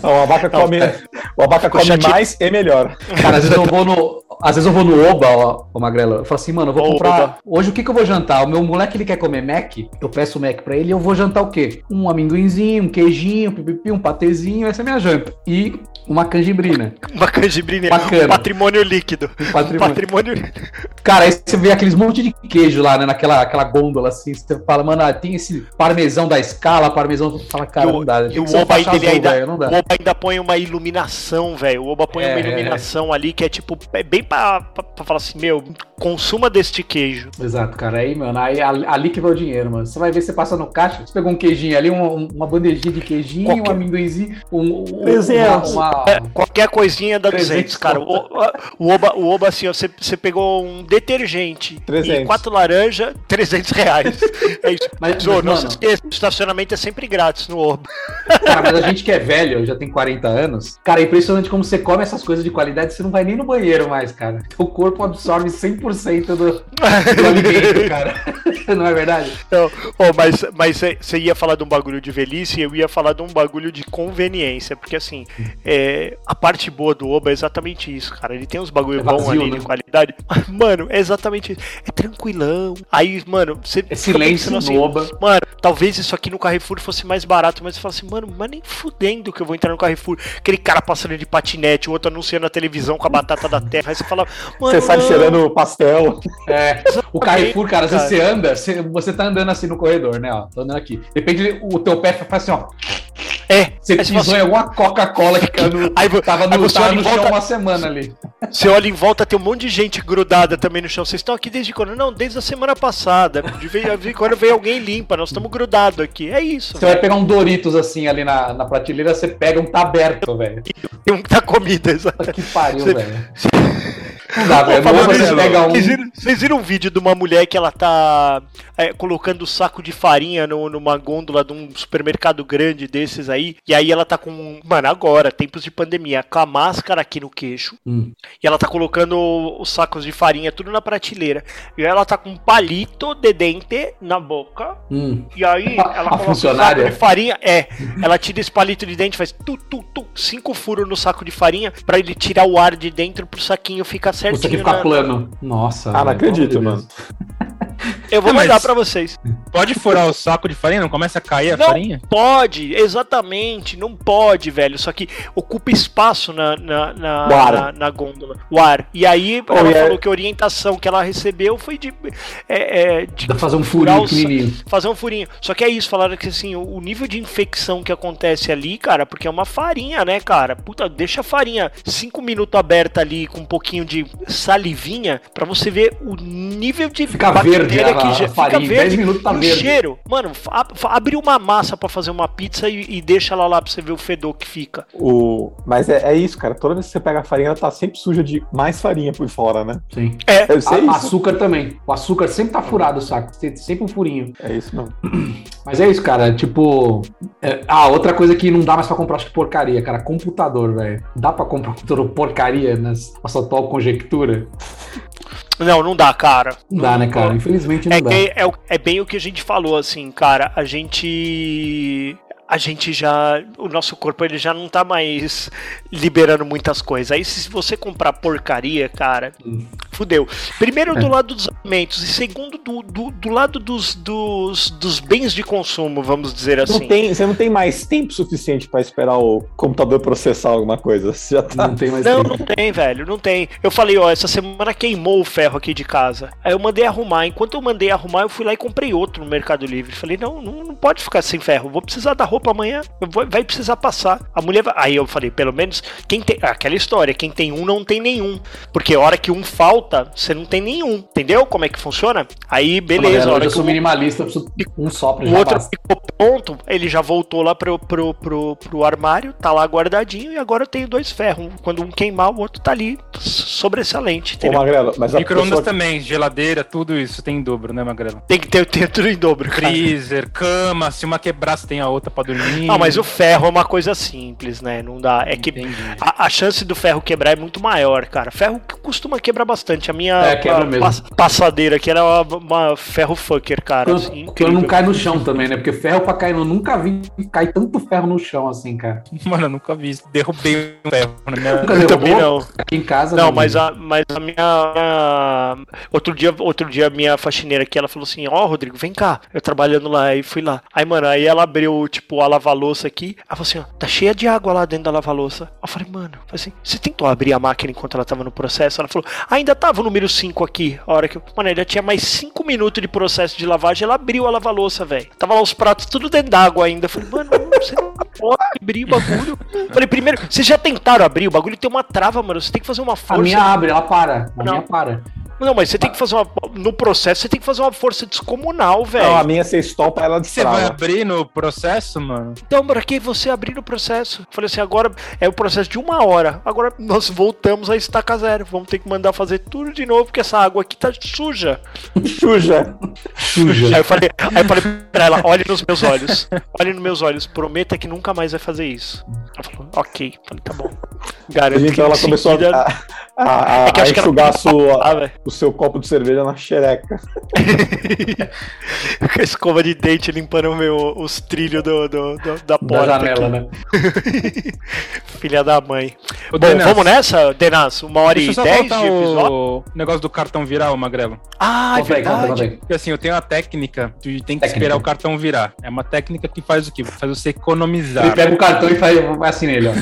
Speaker 1: Não, o abaca come, o abaca come
Speaker 3: chateado.
Speaker 1: mais e é melhor.
Speaker 4: Cara, às vezes eu vou no. Às vezes eu vou no Oba, ó, ô Magrelo. Eu falo assim, mano, eu vou
Speaker 3: Oba.
Speaker 4: comprar. Hoje o que, que eu vou jantar? O meu moleque ele quer comer Mac. Eu peço o Mac pra ele e eu vou jantar o quê? Um amendoinzinho, um queijinho, um pipipi, um patezinho. Essa é a minha janta. E uma canjibrina.
Speaker 3: Uma canjibrina.
Speaker 4: Bacana.
Speaker 3: Um patrimônio líquido.
Speaker 4: Um
Speaker 3: Um
Speaker 4: patrimônio.
Speaker 3: patrimônio.
Speaker 4: Cara, aí você vê aqueles monte de queijo lá, né? Naquela aquela gôndola assim. Você fala, mano, ah, tem esse parmesão da escala, parmesão. Você Fala, cara,
Speaker 3: E o-
Speaker 4: não dá.
Speaker 3: e o
Speaker 4: Tem que ser um
Speaker 3: Oba aí dele
Speaker 4: faixa azul,
Speaker 3: ainda-
Speaker 4: velho, não dá.
Speaker 3: O Oba ainda põe uma iluminação, velho. O Oba põe uma
Speaker 4: É.
Speaker 3: iluminação ali que é tipo, é bem pra, pra, pra falar assim, meu, consuma deste queijo.
Speaker 4: Exato, cara. Aí, mano, aí, ali ali que vai o dinheiro, mano. Você vai ver, você passa no caixa, você pegou um queijinho ali, um- um- uma bandejinha de queijinho,
Speaker 3: Qualquer-
Speaker 4: um amendoinzinho, um, um, uma,
Speaker 1: Trezentos.
Speaker 4: uma- um,
Speaker 3: Qualquer coisinha dá 200,
Speaker 4: 300
Speaker 3: cara. O, o, o Oba, o Oba, assim, ó, você, você pegou um detergente
Speaker 1: 300.
Speaker 3: e quatro laranjas, 300 reais. É isso.
Speaker 4: Mas,
Speaker 3: Mas, ô,
Speaker 4: mas,
Speaker 3: não
Speaker 4: mano,
Speaker 3: se esqueça, o estacionamento é sempre grátis no Oba.
Speaker 4: cara, mas a gente que é velho, já tem 40 anos, cara, é impressionante como você come essas coisas de qualidade, você não vai nem no banheiro mais, cara. O corpo absorve 100% do, do alimento, cara. Não é verdade?
Speaker 3: Então, ô, mas mas você- você ia falar de um bagulho de velhice e eu ia falar de um bagulho de conveniência, porque assim, é, a parte boa do Oba é exatamente isso, cara. Ele tem uns bagulho
Speaker 4: É
Speaker 3: bom
Speaker 4: vazio,
Speaker 3: ali
Speaker 4: né?
Speaker 3: de qualidade. Mas, Mano, é exatamente isso. É tranquilão. Aí, mano, você
Speaker 4: É
Speaker 3: fica
Speaker 4: silêncio
Speaker 3: pensando
Speaker 4: no
Speaker 3: assim,
Speaker 4: oba.
Speaker 3: Mano, talvez isso aqui no Carrefour fosse mais barato, mas você fala assim, mano, mas nem fudendo que eu vou entrar no Carrefour. Aquele cara passando de patinete, o outro anunciando na televisão com a batata da terra. Aí você fala, mano.
Speaker 1: Você sai
Speaker 3: não,
Speaker 1: cheirando pastel.
Speaker 4: É, o Carrefour, cara, às vezes
Speaker 3: Cara.
Speaker 4: você anda, você, você tá andando assim no corredor, né? Ó, tô andando aqui. De repente o teu pé faz assim, ó.
Speaker 3: É.
Speaker 4: Você
Speaker 3: Aí você fala
Speaker 4: pisou em alguma Coca-Cola que caiu no,
Speaker 3: Aí vo-
Speaker 4: tava
Speaker 3: aí
Speaker 4: no,
Speaker 3: você
Speaker 4: tava
Speaker 3: olha
Speaker 4: no
Speaker 3: em
Speaker 4: chão
Speaker 3: volta-
Speaker 4: uma semana ali.
Speaker 3: Você olha em volta, tem um monte de gente grudada também no chão. Vocês estão aqui desde quando? Não, desde a semana passada. De vez de vez em quando veio alguém limpa, nós estamos grudados aqui. É isso.
Speaker 4: Você vai pegar um Doritos assim ali na, na prateleira, você pega um tá aberto, velho.
Speaker 3: Tem um que tá comida, exato.
Speaker 4: Puta Que pariu,
Speaker 3: Você-
Speaker 4: velho. Não dá, velho. Ou
Speaker 3: falando
Speaker 4: você
Speaker 3: isso,
Speaker 4: pega um.
Speaker 3: Vocês viram, vocês viram um vídeo de uma mulher que ela tá é, colocando saco de farinha no- numa gôndola de um supermercado grande desses aí? E aí ela tá com. Mano, agora, tempos de pandemia, com a máscara aqui no queixo.
Speaker 4: Hum.
Speaker 3: E ela tá colocando os sacos de farinha tudo na prateleira. E aí ela tá com um palito de dente na boca.
Speaker 4: Hum.
Speaker 3: E aí
Speaker 4: A- a
Speaker 3: ela coloca o
Speaker 4: funcionária?
Speaker 3: saco de farinha. É, ela tira esse palito de dente, faz tu, tu, tu, cinco furos no saco de farinha pra ele tirar o ar de dentro pro saquinho ficar certinho. né?
Speaker 4: Isso aqui fica
Speaker 3: na-
Speaker 4: plano. Nossa.
Speaker 1: Ah, não
Speaker 4: velho,
Speaker 1: acredito,
Speaker 4: pelo amor de
Speaker 1: mano.
Speaker 4: Deus.
Speaker 3: Eu vou
Speaker 2: É, mas-
Speaker 3: mandar pra vocês.
Speaker 2: Pode furar o saco de farinha? Não começa a cair a
Speaker 3: Não.
Speaker 2: farinha?
Speaker 3: Pode, exatamente, não pode, velho. Só que ocupa espaço na, na, na,
Speaker 4: O ar.
Speaker 3: na, na gôndola. O ar. E aí
Speaker 1: Oh,
Speaker 3: ela
Speaker 1: e é-
Speaker 3: falou que a orientação que ela recebeu foi de, é, é, de
Speaker 4: Dá pra fazer um furinho
Speaker 3: Calça.
Speaker 4: pequenininho.
Speaker 3: fazer um furinho. Só que é isso, falaram que assim, o, o nível de infecção que acontece ali, cara, porque é uma farinha, né, cara? Puta, deixa a farinha cinco minutos aberta ali com um pouquinho de salivinha pra você ver o nível de
Speaker 4: Fica
Speaker 3: bactéria
Speaker 4: verde a, a farinha.
Speaker 3: Fica
Speaker 4: Em 10
Speaker 3: verde.
Speaker 4: minutos tá
Speaker 3: e o
Speaker 4: verde.
Speaker 3: cheiro, mano, fa- fa- abre uma massa pra fazer uma pizza e, e deixa ela lá pra você ver o fedor que fica.
Speaker 1: O... Mas é, é isso, cara. Toda vez que você pega a farinha, ela tá sempre suja de mais farinha por fora, né? Ah,
Speaker 4: Sim.
Speaker 3: É,
Speaker 1: Eu sei
Speaker 4: A-
Speaker 1: isso.
Speaker 4: açúcar também. O açúcar sempre tá furado, o saco. Tem sempre um furinho.
Speaker 1: É isso mesmo.
Speaker 4: Mas é isso, cara. Tipo. é- ah, outra coisa que não dá mais pra comprar, acho que porcaria, cara. Computador, velho. Dá pra comprar um computador porcaria nessa sua atual conjectura?
Speaker 3: Não, não dá, cara.
Speaker 4: Não dá, né, cara? Infelizmente não
Speaker 3: É,
Speaker 4: dá.
Speaker 3: que- é o- é bem o que a gente falou, assim, cara. A gente. A gente já. O nosso corpo ele já não tá mais liberando muitas coisas. Aí se você comprar porcaria, cara,
Speaker 4: Hum.
Speaker 3: fudeu. Primeiro
Speaker 4: É.
Speaker 3: do lado dos alimentos e segundo do, do, do lado dos, dos, dos bens de consumo, vamos dizer assim.
Speaker 1: Não tem, você não tem mais tempo suficiente pra esperar o computador processar alguma coisa. Você já tá.
Speaker 4: Não tem mais
Speaker 3: Não,
Speaker 4: tempo.
Speaker 3: não tem, velho, não tem. Eu falei, ó, essa semana queimou o ferro aqui de casa. Aí eu mandei arrumar. Enquanto eu mandei arrumar, eu fui lá e comprei outro no Mercado Livre. Falei, não, não, não pode ficar sem ferro. Vou precisar da roupa amanhã. Eu vou- vai precisar passar. A mulher vai... Aí eu falei, pelo menos, quem tem. é Aquela história, quem tem um não tem nenhum. Porque a hora que um falta, você não tem nenhum. Entendeu como é que funciona?
Speaker 4: Ah,
Speaker 3: Aí, beleza, a
Speaker 4: Mano,
Speaker 3: hora
Speaker 4: eu
Speaker 3: que
Speaker 4: sou
Speaker 3: um
Speaker 4: minimalista, eu preciso um só pra
Speaker 3: o
Speaker 4: já
Speaker 3: outro
Speaker 4: basta.
Speaker 3: ficou pronto, ele já voltou lá pro, pro, pro, pro armário, tá lá guardadinho, e agora eu tenho dois ferros. Um- Quando um queimar, o outro tá ali, sobressalente,
Speaker 1: Ô,
Speaker 3: entendeu?
Speaker 1: Magrelo, mas a
Speaker 2: Micro-ondas
Speaker 1: pessoa...
Speaker 2: também, geladeira, tudo isso tem em dobro, né, Magrela?
Speaker 3: Tem que ter, ter tudo em dobro, cara.
Speaker 2: Freezer, cama, se uma quebrar, você tem a outra pra dormir.
Speaker 3: Não, mas o ferro é uma coisa simples, né? Não dá. É que
Speaker 2: Entendi.
Speaker 3: a, a chance do ferro quebrar é muito maior, cara. Ferro que costuma quebrar bastante. A minha
Speaker 4: É, quebra mesmo.
Speaker 3: passadeira aqui era uma, uma ferro fucker, cara.
Speaker 4: Quando,
Speaker 3: assim,
Speaker 4: quando um
Speaker 3: incrível.
Speaker 4: não cai no chão também, né? Porque ferro pra cair, eu nunca vi cair tanto ferro no chão assim, cara.
Speaker 2: Mano, eu nunca vi isso. Derrubei um ferro na minha.
Speaker 4: Nunca
Speaker 3: Eu também
Speaker 4: derrubou?
Speaker 3: não.
Speaker 4: Aqui em casa. né,
Speaker 3: Não,
Speaker 4: meu
Speaker 3: mas
Speaker 4: amigo.
Speaker 3: a, mas a minha, minha- Outro dia, outro dia, a minha faxineira aqui, ela falou assim: Ó, Rodrigo, vem cá. Eu trabalhando lá, e fui lá. Aí, mano, aí ela abriu, tipo, a lava-louça aqui. Ela falou assim: Ó, tá cheia de água lá dentro da lava-louça. Eu falei, mano, eu falei assim: Você tentou abrir a máquina enquanto ela tava no processo? Ela falou: Ainda tava o número 5 aqui. A hora que eu. Mano, ainda tinha mais 5 minutos de processo de lavagem. Ela abriu a lava-louça, velho. Tava lá os pratos tudo dentro d'água ainda. Eu falei, mano, você não pode abrir o bagulho. Eu falei, primeiro, vocês já tentaram abrir? O bagulho tem uma trava, mano. Você tem que fazer uma
Speaker 4: A
Speaker 3: força.
Speaker 4: minha abre, ela para. A
Speaker 3: Não.
Speaker 4: minha para.
Speaker 3: Não, mas você tem que fazer uma. No processo, você tem que fazer uma força descomunal,
Speaker 1: Não, a
Speaker 3: velho.
Speaker 1: minha você estopa, ela
Speaker 2: Você vai
Speaker 1: destrava.
Speaker 2: abrir no processo, mano?
Speaker 3: Então, pra que você abrir o processo? Eu Falei assim, agora é o processo de uma hora. Agora nós voltamos a estaca zero. Vamos ter que mandar fazer tudo de novo, porque essa água aqui tá suja.
Speaker 1: Suja.
Speaker 3: Aí
Speaker 4: Suja.
Speaker 3: eu falei, aí eu falei pra ela, olhe nos meus olhos. Olhe nos meus olhos, prometa que nunca mais vai fazer isso. Ela falou, ok. Eu Falei, tá bom. Garanto que
Speaker 1: Então ela
Speaker 3: em
Speaker 1: começou a,
Speaker 3: seguida-
Speaker 1: a, a,
Speaker 3: É que
Speaker 1: a
Speaker 3: acho que ela-
Speaker 1: enxugar a sua-
Speaker 3: Ah, velho.
Speaker 1: o seu copo de cerveja na xereca.
Speaker 3: Com a escova de dente limpando o meu, os trilhos do, do- do- da
Speaker 4: Da
Speaker 3: porta. aqui.
Speaker 4: janela, né?
Speaker 3: Filha da mãe.
Speaker 2: Ô,
Speaker 3: Bom,
Speaker 2: Denas,
Speaker 3: vamos nessa, Denas? Uma hora
Speaker 2: Deixa eu
Speaker 3: e
Speaker 2: só
Speaker 3: dez de
Speaker 2: contar
Speaker 3: episódio?
Speaker 2: o negócio do cartão viral, Magrelo.
Speaker 3: Ah, é
Speaker 4: Conta aí, conta,
Speaker 3: verdade.
Speaker 4: conta aí.
Speaker 2: Porque assim, eu tenho a técnica de tem que
Speaker 4: Técnica.
Speaker 2: esperar o cartão virar. É uma técnica que faz o quê? Faz você
Speaker 4: Ele
Speaker 2: economizar.
Speaker 4: pega o cartão e faz vai assim nele, ó.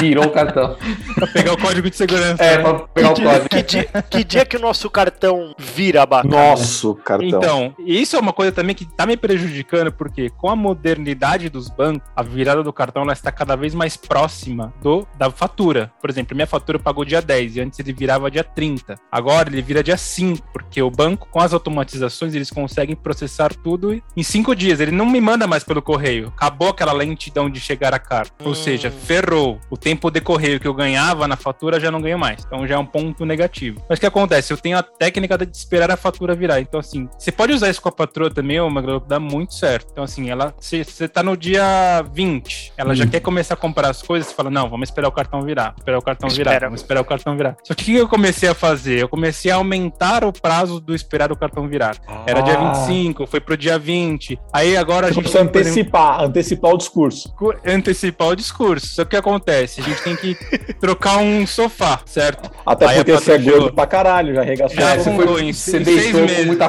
Speaker 4: Virou o cartão.
Speaker 2: Pra pegar o código de segurança.
Speaker 4: É,
Speaker 2: né?
Speaker 4: pra pegar o código.
Speaker 3: Que dia, que dia que o nosso cartão vira, Baca?
Speaker 1: Nosso cartão.
Speaker 2: Então, isso é uma coisa também que tá me prejudicando, porque com a modernidade dos bancos, a virada do cartão ela está cada vez mais próxima do da fatura. Por exemplo, minha fatura pagou dia 10 e antes ele virava dia 30. Agora ele vira dia 5, porque o banco, com as automatizações, eles conseguem processar tudo em 5 dias. Ele não me manda mais pelo correio. Acabou aquela lentidão de chegar a carta. Ou seja, ferrou. O tempo decorrer que eu ganhava na fatura, já não ganho mais. Então já é um ponto negativo. Mas o que acontece? Eu tenho a técnica de esperar a fatura virar. Então, assim, você pode usar isso com a patroa também, ô Magro, dá muito certo. Então, assim, ela, se você tá no dia 20, ela já quer começar a comprar as coisas, você fala, não, vamos esperar o cartão virar, esperar o cartão virar,
Speaker 3: Espera.
Speaker 2: vamos esperar o cartão virar. Só que o que eu comecei a fazer? Eu comecei a aumentar o prazo do esperar o cartão virar. Era dia
Speaker 1: Ah.
Speaker 2: 25, foi pro dia 20. Aí agora a
Speaker 1: Você
Speaker 2: gente
Speaker 1: precisa
Speaker 2: tem que
Speaker 1: antecipar, antecipar o discurso.
Speaker 2: cu- antecipar o discurso. Só que o que acontece? A gente tem que trocar um sofá, certo?
Speaker 1: Até
Speaker 2: Aí a
Speaker 1: porque você é
Speaker 2: patroa
Speaker 1: gordo
Speaker 2: chegou.
Speaker 1: pra caralho, já arregaçou.
Speaker 2: Já,
Speaker 1: a
Speaker 2: você
Speaker 1: mão.
Speaker 2: foi um, em
Speaker 4: É, Você
Speaker 2: em seis
Speaker 4: deitou com
Speaker 2: meses.
Speaker 4: muita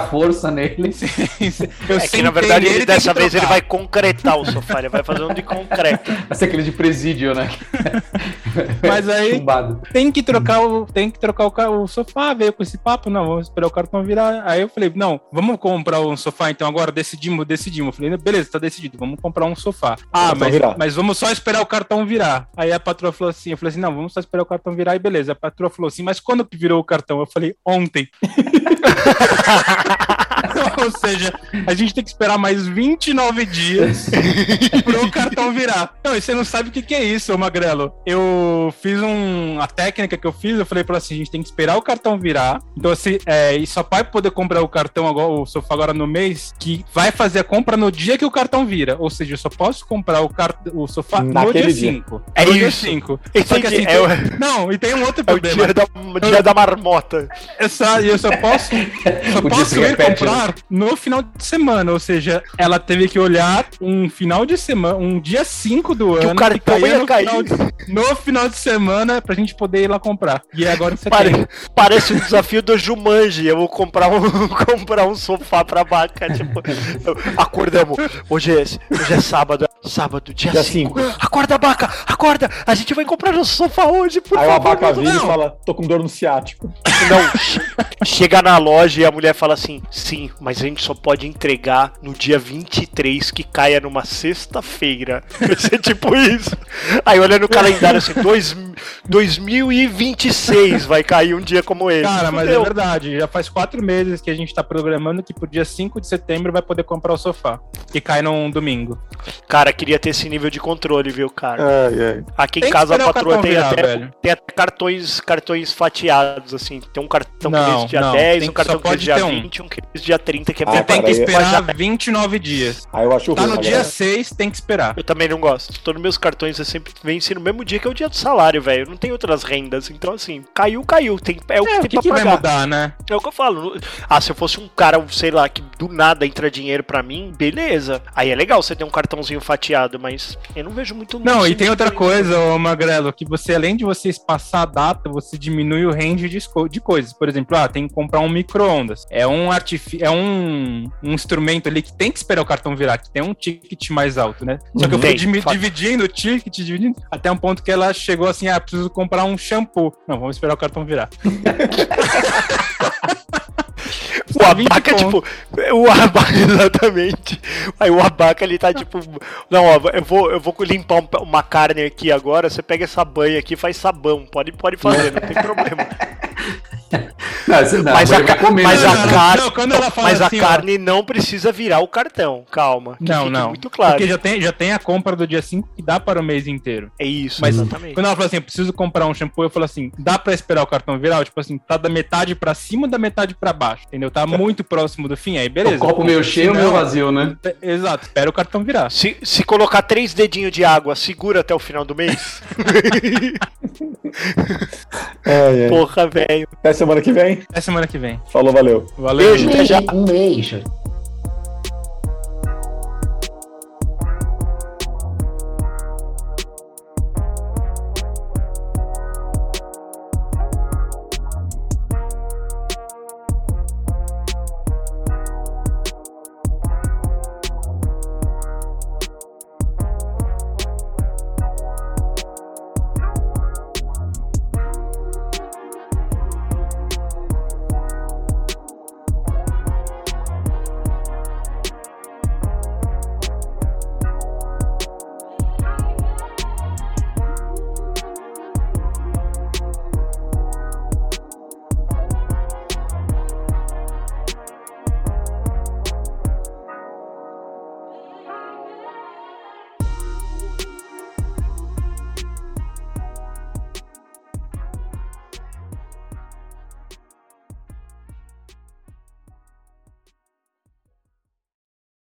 Speaker 4: força nele.
Speaker 2: Eu
Speaker 3: É que na
Speaker 2: sentei
Speaker 3: verdade
Speaker 2: nele
Speaker 3: ele,
Speaker 2: e tem que
Speaker 3: dessa vez ele
Speaker 2: trocar.
Speaker 3: vai concretar o sofá, ele vai fazer um de concreto.
Speaker 4: Essa é aquele de presídio, né?
Speaker 2: Mas aí-
Speaker 4: Chumbado.
Speaker 2: tem que trocar o tem que trocar o, ca- o sofá, veio com esse papo, não, vamos esperar o cartão virar. Aí eu falei, não, vamos comprar um sofá então agora, decidimos, decidimos. Eu falei, beleza, tá decidido, vamos comprar um sofá. Ah,
Speaker 1: Cartão
Speaker 2: mas,
Speaker 1: então, virar.
Speaker 2: mas vamos só esperar o cartão virar. Aí a patroa falou assim, eu falei assim, não, vamos só esperar o cartão virar e beleza. A patroa falou assim, mas quando que virou o cartão? Eu falei, ontem. Ou seja, a gente tem que esperar mais 29 dias pro cartão virar. Não, e você não sabe o que, que é isso, ô Magrelo. Eu fiz um. A técnica que eu fiz, eu falei pra ela assim: a gente tem que esperar o cartão virar. Então, assim, é, e só vai poder comprar o cartão agora, o sofá agora no mês, que vai fazer a compra no dia que o cartão vira. Ou seja, eu só posso comprar o, car... o sofá no
Speaker 1: Naquele dia.
Speaker 2: dia 5.
Speaker 3: É
Speaker 2: no dia
Speaker 3: isso.
Speaker 2: 5. Só que
Speaker 3: Entendi,
Speaker 2: assim,
Speaker 3: é, o,
Speaker 2: tem- Não, e tem um outro
Speaker 3: é o
Speaker 2: problema.
Speaker 3: dia da, dia da marmota.
Speaker 2: Eu só, eu só posso, só
Speaker 4: O
Speaker 2: posso
Speaker 4: dia se
Speaker 2: ir
Speaker 4: repete,
Speaker 2: comprar
Speaker 3: né?
Speaker 2: no final de semana. Ou seja, ela teve que olhar um final de semana, um dia 5 do
Speaker 3: Que
Speaker 2: ano.
Speaker 3: o cartão
Speaker 2: caía
Speaker 3: ia
Speaker 2: no
Speaker 3: cair.
Speaker 2: Final de, no final de semana pra gente poder ir lá comprar. E agora você
Speaker 3: Pare-
Speaker 2: tem.
Speaker 3: Parece o desafio do Jumanji. Eu vou comprar um, comprar um sofá pra vaca. Tipo, eu- acordamos. Hoje é, hoje é sábado. Sábado, dia
Speaker 1: Dia
Speaker 2: assim,
Speaker 3: 5. Acorda, vaca! Acorda! A gente vai comprar um sofá hoje, por
Speaker 1: Aí o
Speaker 3: favor.
Speaker 1: abaca vira e
Speaker 2: não.
Speaker 1: fala, tô com dor no ciático.
Speaker 3: Não, che- chega na loja e a mulher fala assim: sim, mas a gente só pode entregar no dia 23, que caia numa sexta-feira. Vai ser tipo isso. Aí olha no calendário assim: dois, 2026 vai cair um dia como esse.
Speaker 2: Cara, mas é
Speaker 3: Fudeu.
Speaker 2: verdade. Já faz quatro meses que a gente tá programando que pro dia 5 de setembro vai poder comprar o sofá. Que cai num domingo.
Speaker 3: Cara, queria ter esse nível de controle, viu, cara?
Speaker 1: Ai, ai.
Speaker 3: Aqui em
Speaker 2: É. Tem que
Speaker 3: casa a
Speaker 2: esperar o
Speaker 3: patroa
Speaker 2: cartão
Speaker 3: tem,
Speaker 2: virar,
Speaker 3: até,
Speaker 2: velho.
Speaker 3: tem até cartões, cartões fatiados, assim. Tem um cartão que
Speaker 2: Não,
Speaker 3: diz dia
Speaker 2: não, tem
Speaker 3: 10, um
Speaker 2: que- só
Speaker 3: cartão que diz
Speaker 2: pode
Speaker 3: dia
Speaker 2: ter um.
Speaker 3: 20, um que diz dia 30, que é
Speaker 1: Ah,
Speaker 2: Você
Speaker 3: pra
Speaker 2: tem
Speaker 1: cara,
Speaker 2: que
Speaker 1: aí-
Speaker 2: esperar
Speaker 3: tá.
Speaker 2: 29 dias.
Speaker 1: Aí eu acho
Speaker 2: Tá
Speaker 1: ruim,
Speaker 2: no
Speaker 1: né,
Speaker 2: dia
Speaker 1: galera?
Speaker 2: 6, tem que esperar.
Speaker 3: Eu também não gosto. Todos meus cartões eu sempre venci no mesmo dia que é o dia do salário, velho. Não tem outras rendas. Então, assim, caiu, caiu. Tem, é o que
Speaker 2: É, o
Speaker 3: tem
Speaker 2: que,
Speaker 3: pra
Speaker 2: que vai
Speaker 3: pagar.
Speaker 2: mudar, né?
Speaker 3: É o que eu falo. Ah, se eu fosse um cara, sei lá, que do nada entra dinheiro pra mim, beleza. Aí é legal você ter um cartãozinho fatiado, mas eu não vejo muito
Speaker 2: Não, e
Speaker 3: sentido
Speaker 2: tem outra
Speaker 3: em-
Speaker 2: coisa, ô Magrelo, que você, além de você espaçar a data, você diminui o range de, esco- de coisas. Por exemplo, ah, tem que comprar um micro-ondas. É, um, artifi- é um, um instrumento ali que tem que esperar o cartão virar, que tem um ticket mais alto, né? Só que eu fui
Speaker 3: Tem,
Speaker 2: dimi-
Speaker 3: fato.
Speaker 2: dividindo o ticket, dividindo, até um ponto que ela chegou assim, ah, preciso comprar um shampoo. Não, vamos esperar o cartão virar.
Speaker 3: O abaca, tipo, o abaca, exatamente. Aí o abaca, ele tá tipo, não, ó, eu vou, eu vou limpar um- uma carne aqui agora, você pega essa banha aqui e faz sabão. Pode, pode fazer, não tem problema.
Speaker 4: Não, você-
Speaker 2: Tá,
Speaker 4: não,
Speaker 3: mas a,
Speaker 4: mulher
Speaker 3: ca-
Speaker 4: vai comer,
Speaker 3: mas
Speaker 4: né?
Speaker 3: a
Speaker 2: Não,
Speaker 3: carne,
Speaker 2: não, quando ela fala
Speaker 3: mas a
Speaker 2: assim, ó.
Speaker 3: carne não precisa virar o cartão, calma. que
Speaker 2: Não,
Speaker 3: fique
Speaker 2: não.
Speaker 3: Muito claro.
Speaker 2: Porque já tem, já tem a compra do dia 5 que dá para o mês inteiro.
Speaker 3: É isso,
Speaker 2: Mas
Speaker 3: exatamente.
Speaker 2: Quando ela falou assim, eu preciso comprar um shampoo, eu falo assim, dá pra esperar o cartão virar? Tipo assim, tá da metade pra cima ou da metade pra baixo, entendeu? Tá muito próximo do fim, aí beleza.
Speaker 4: O copo meio cheio,
Speaker 2: Não,
Speaker 4: meio vazio, né?
Speaker 2: é- Exato, espera o cartão virar.
Speaker 3: Se, se colocar três dedinhos de água, segura até o final do mês?
Speaker 1: Ai, ai.
Speaker 3: Porra, velho.
Speaker 1: Até semana que vem.
Speaker 2: Até semana que vem.
Speaker 1: Falou, valeu.
Speaker 2: Valeu.
Speaker 3: Beijo. até já.
Speaker 4: Um beijo.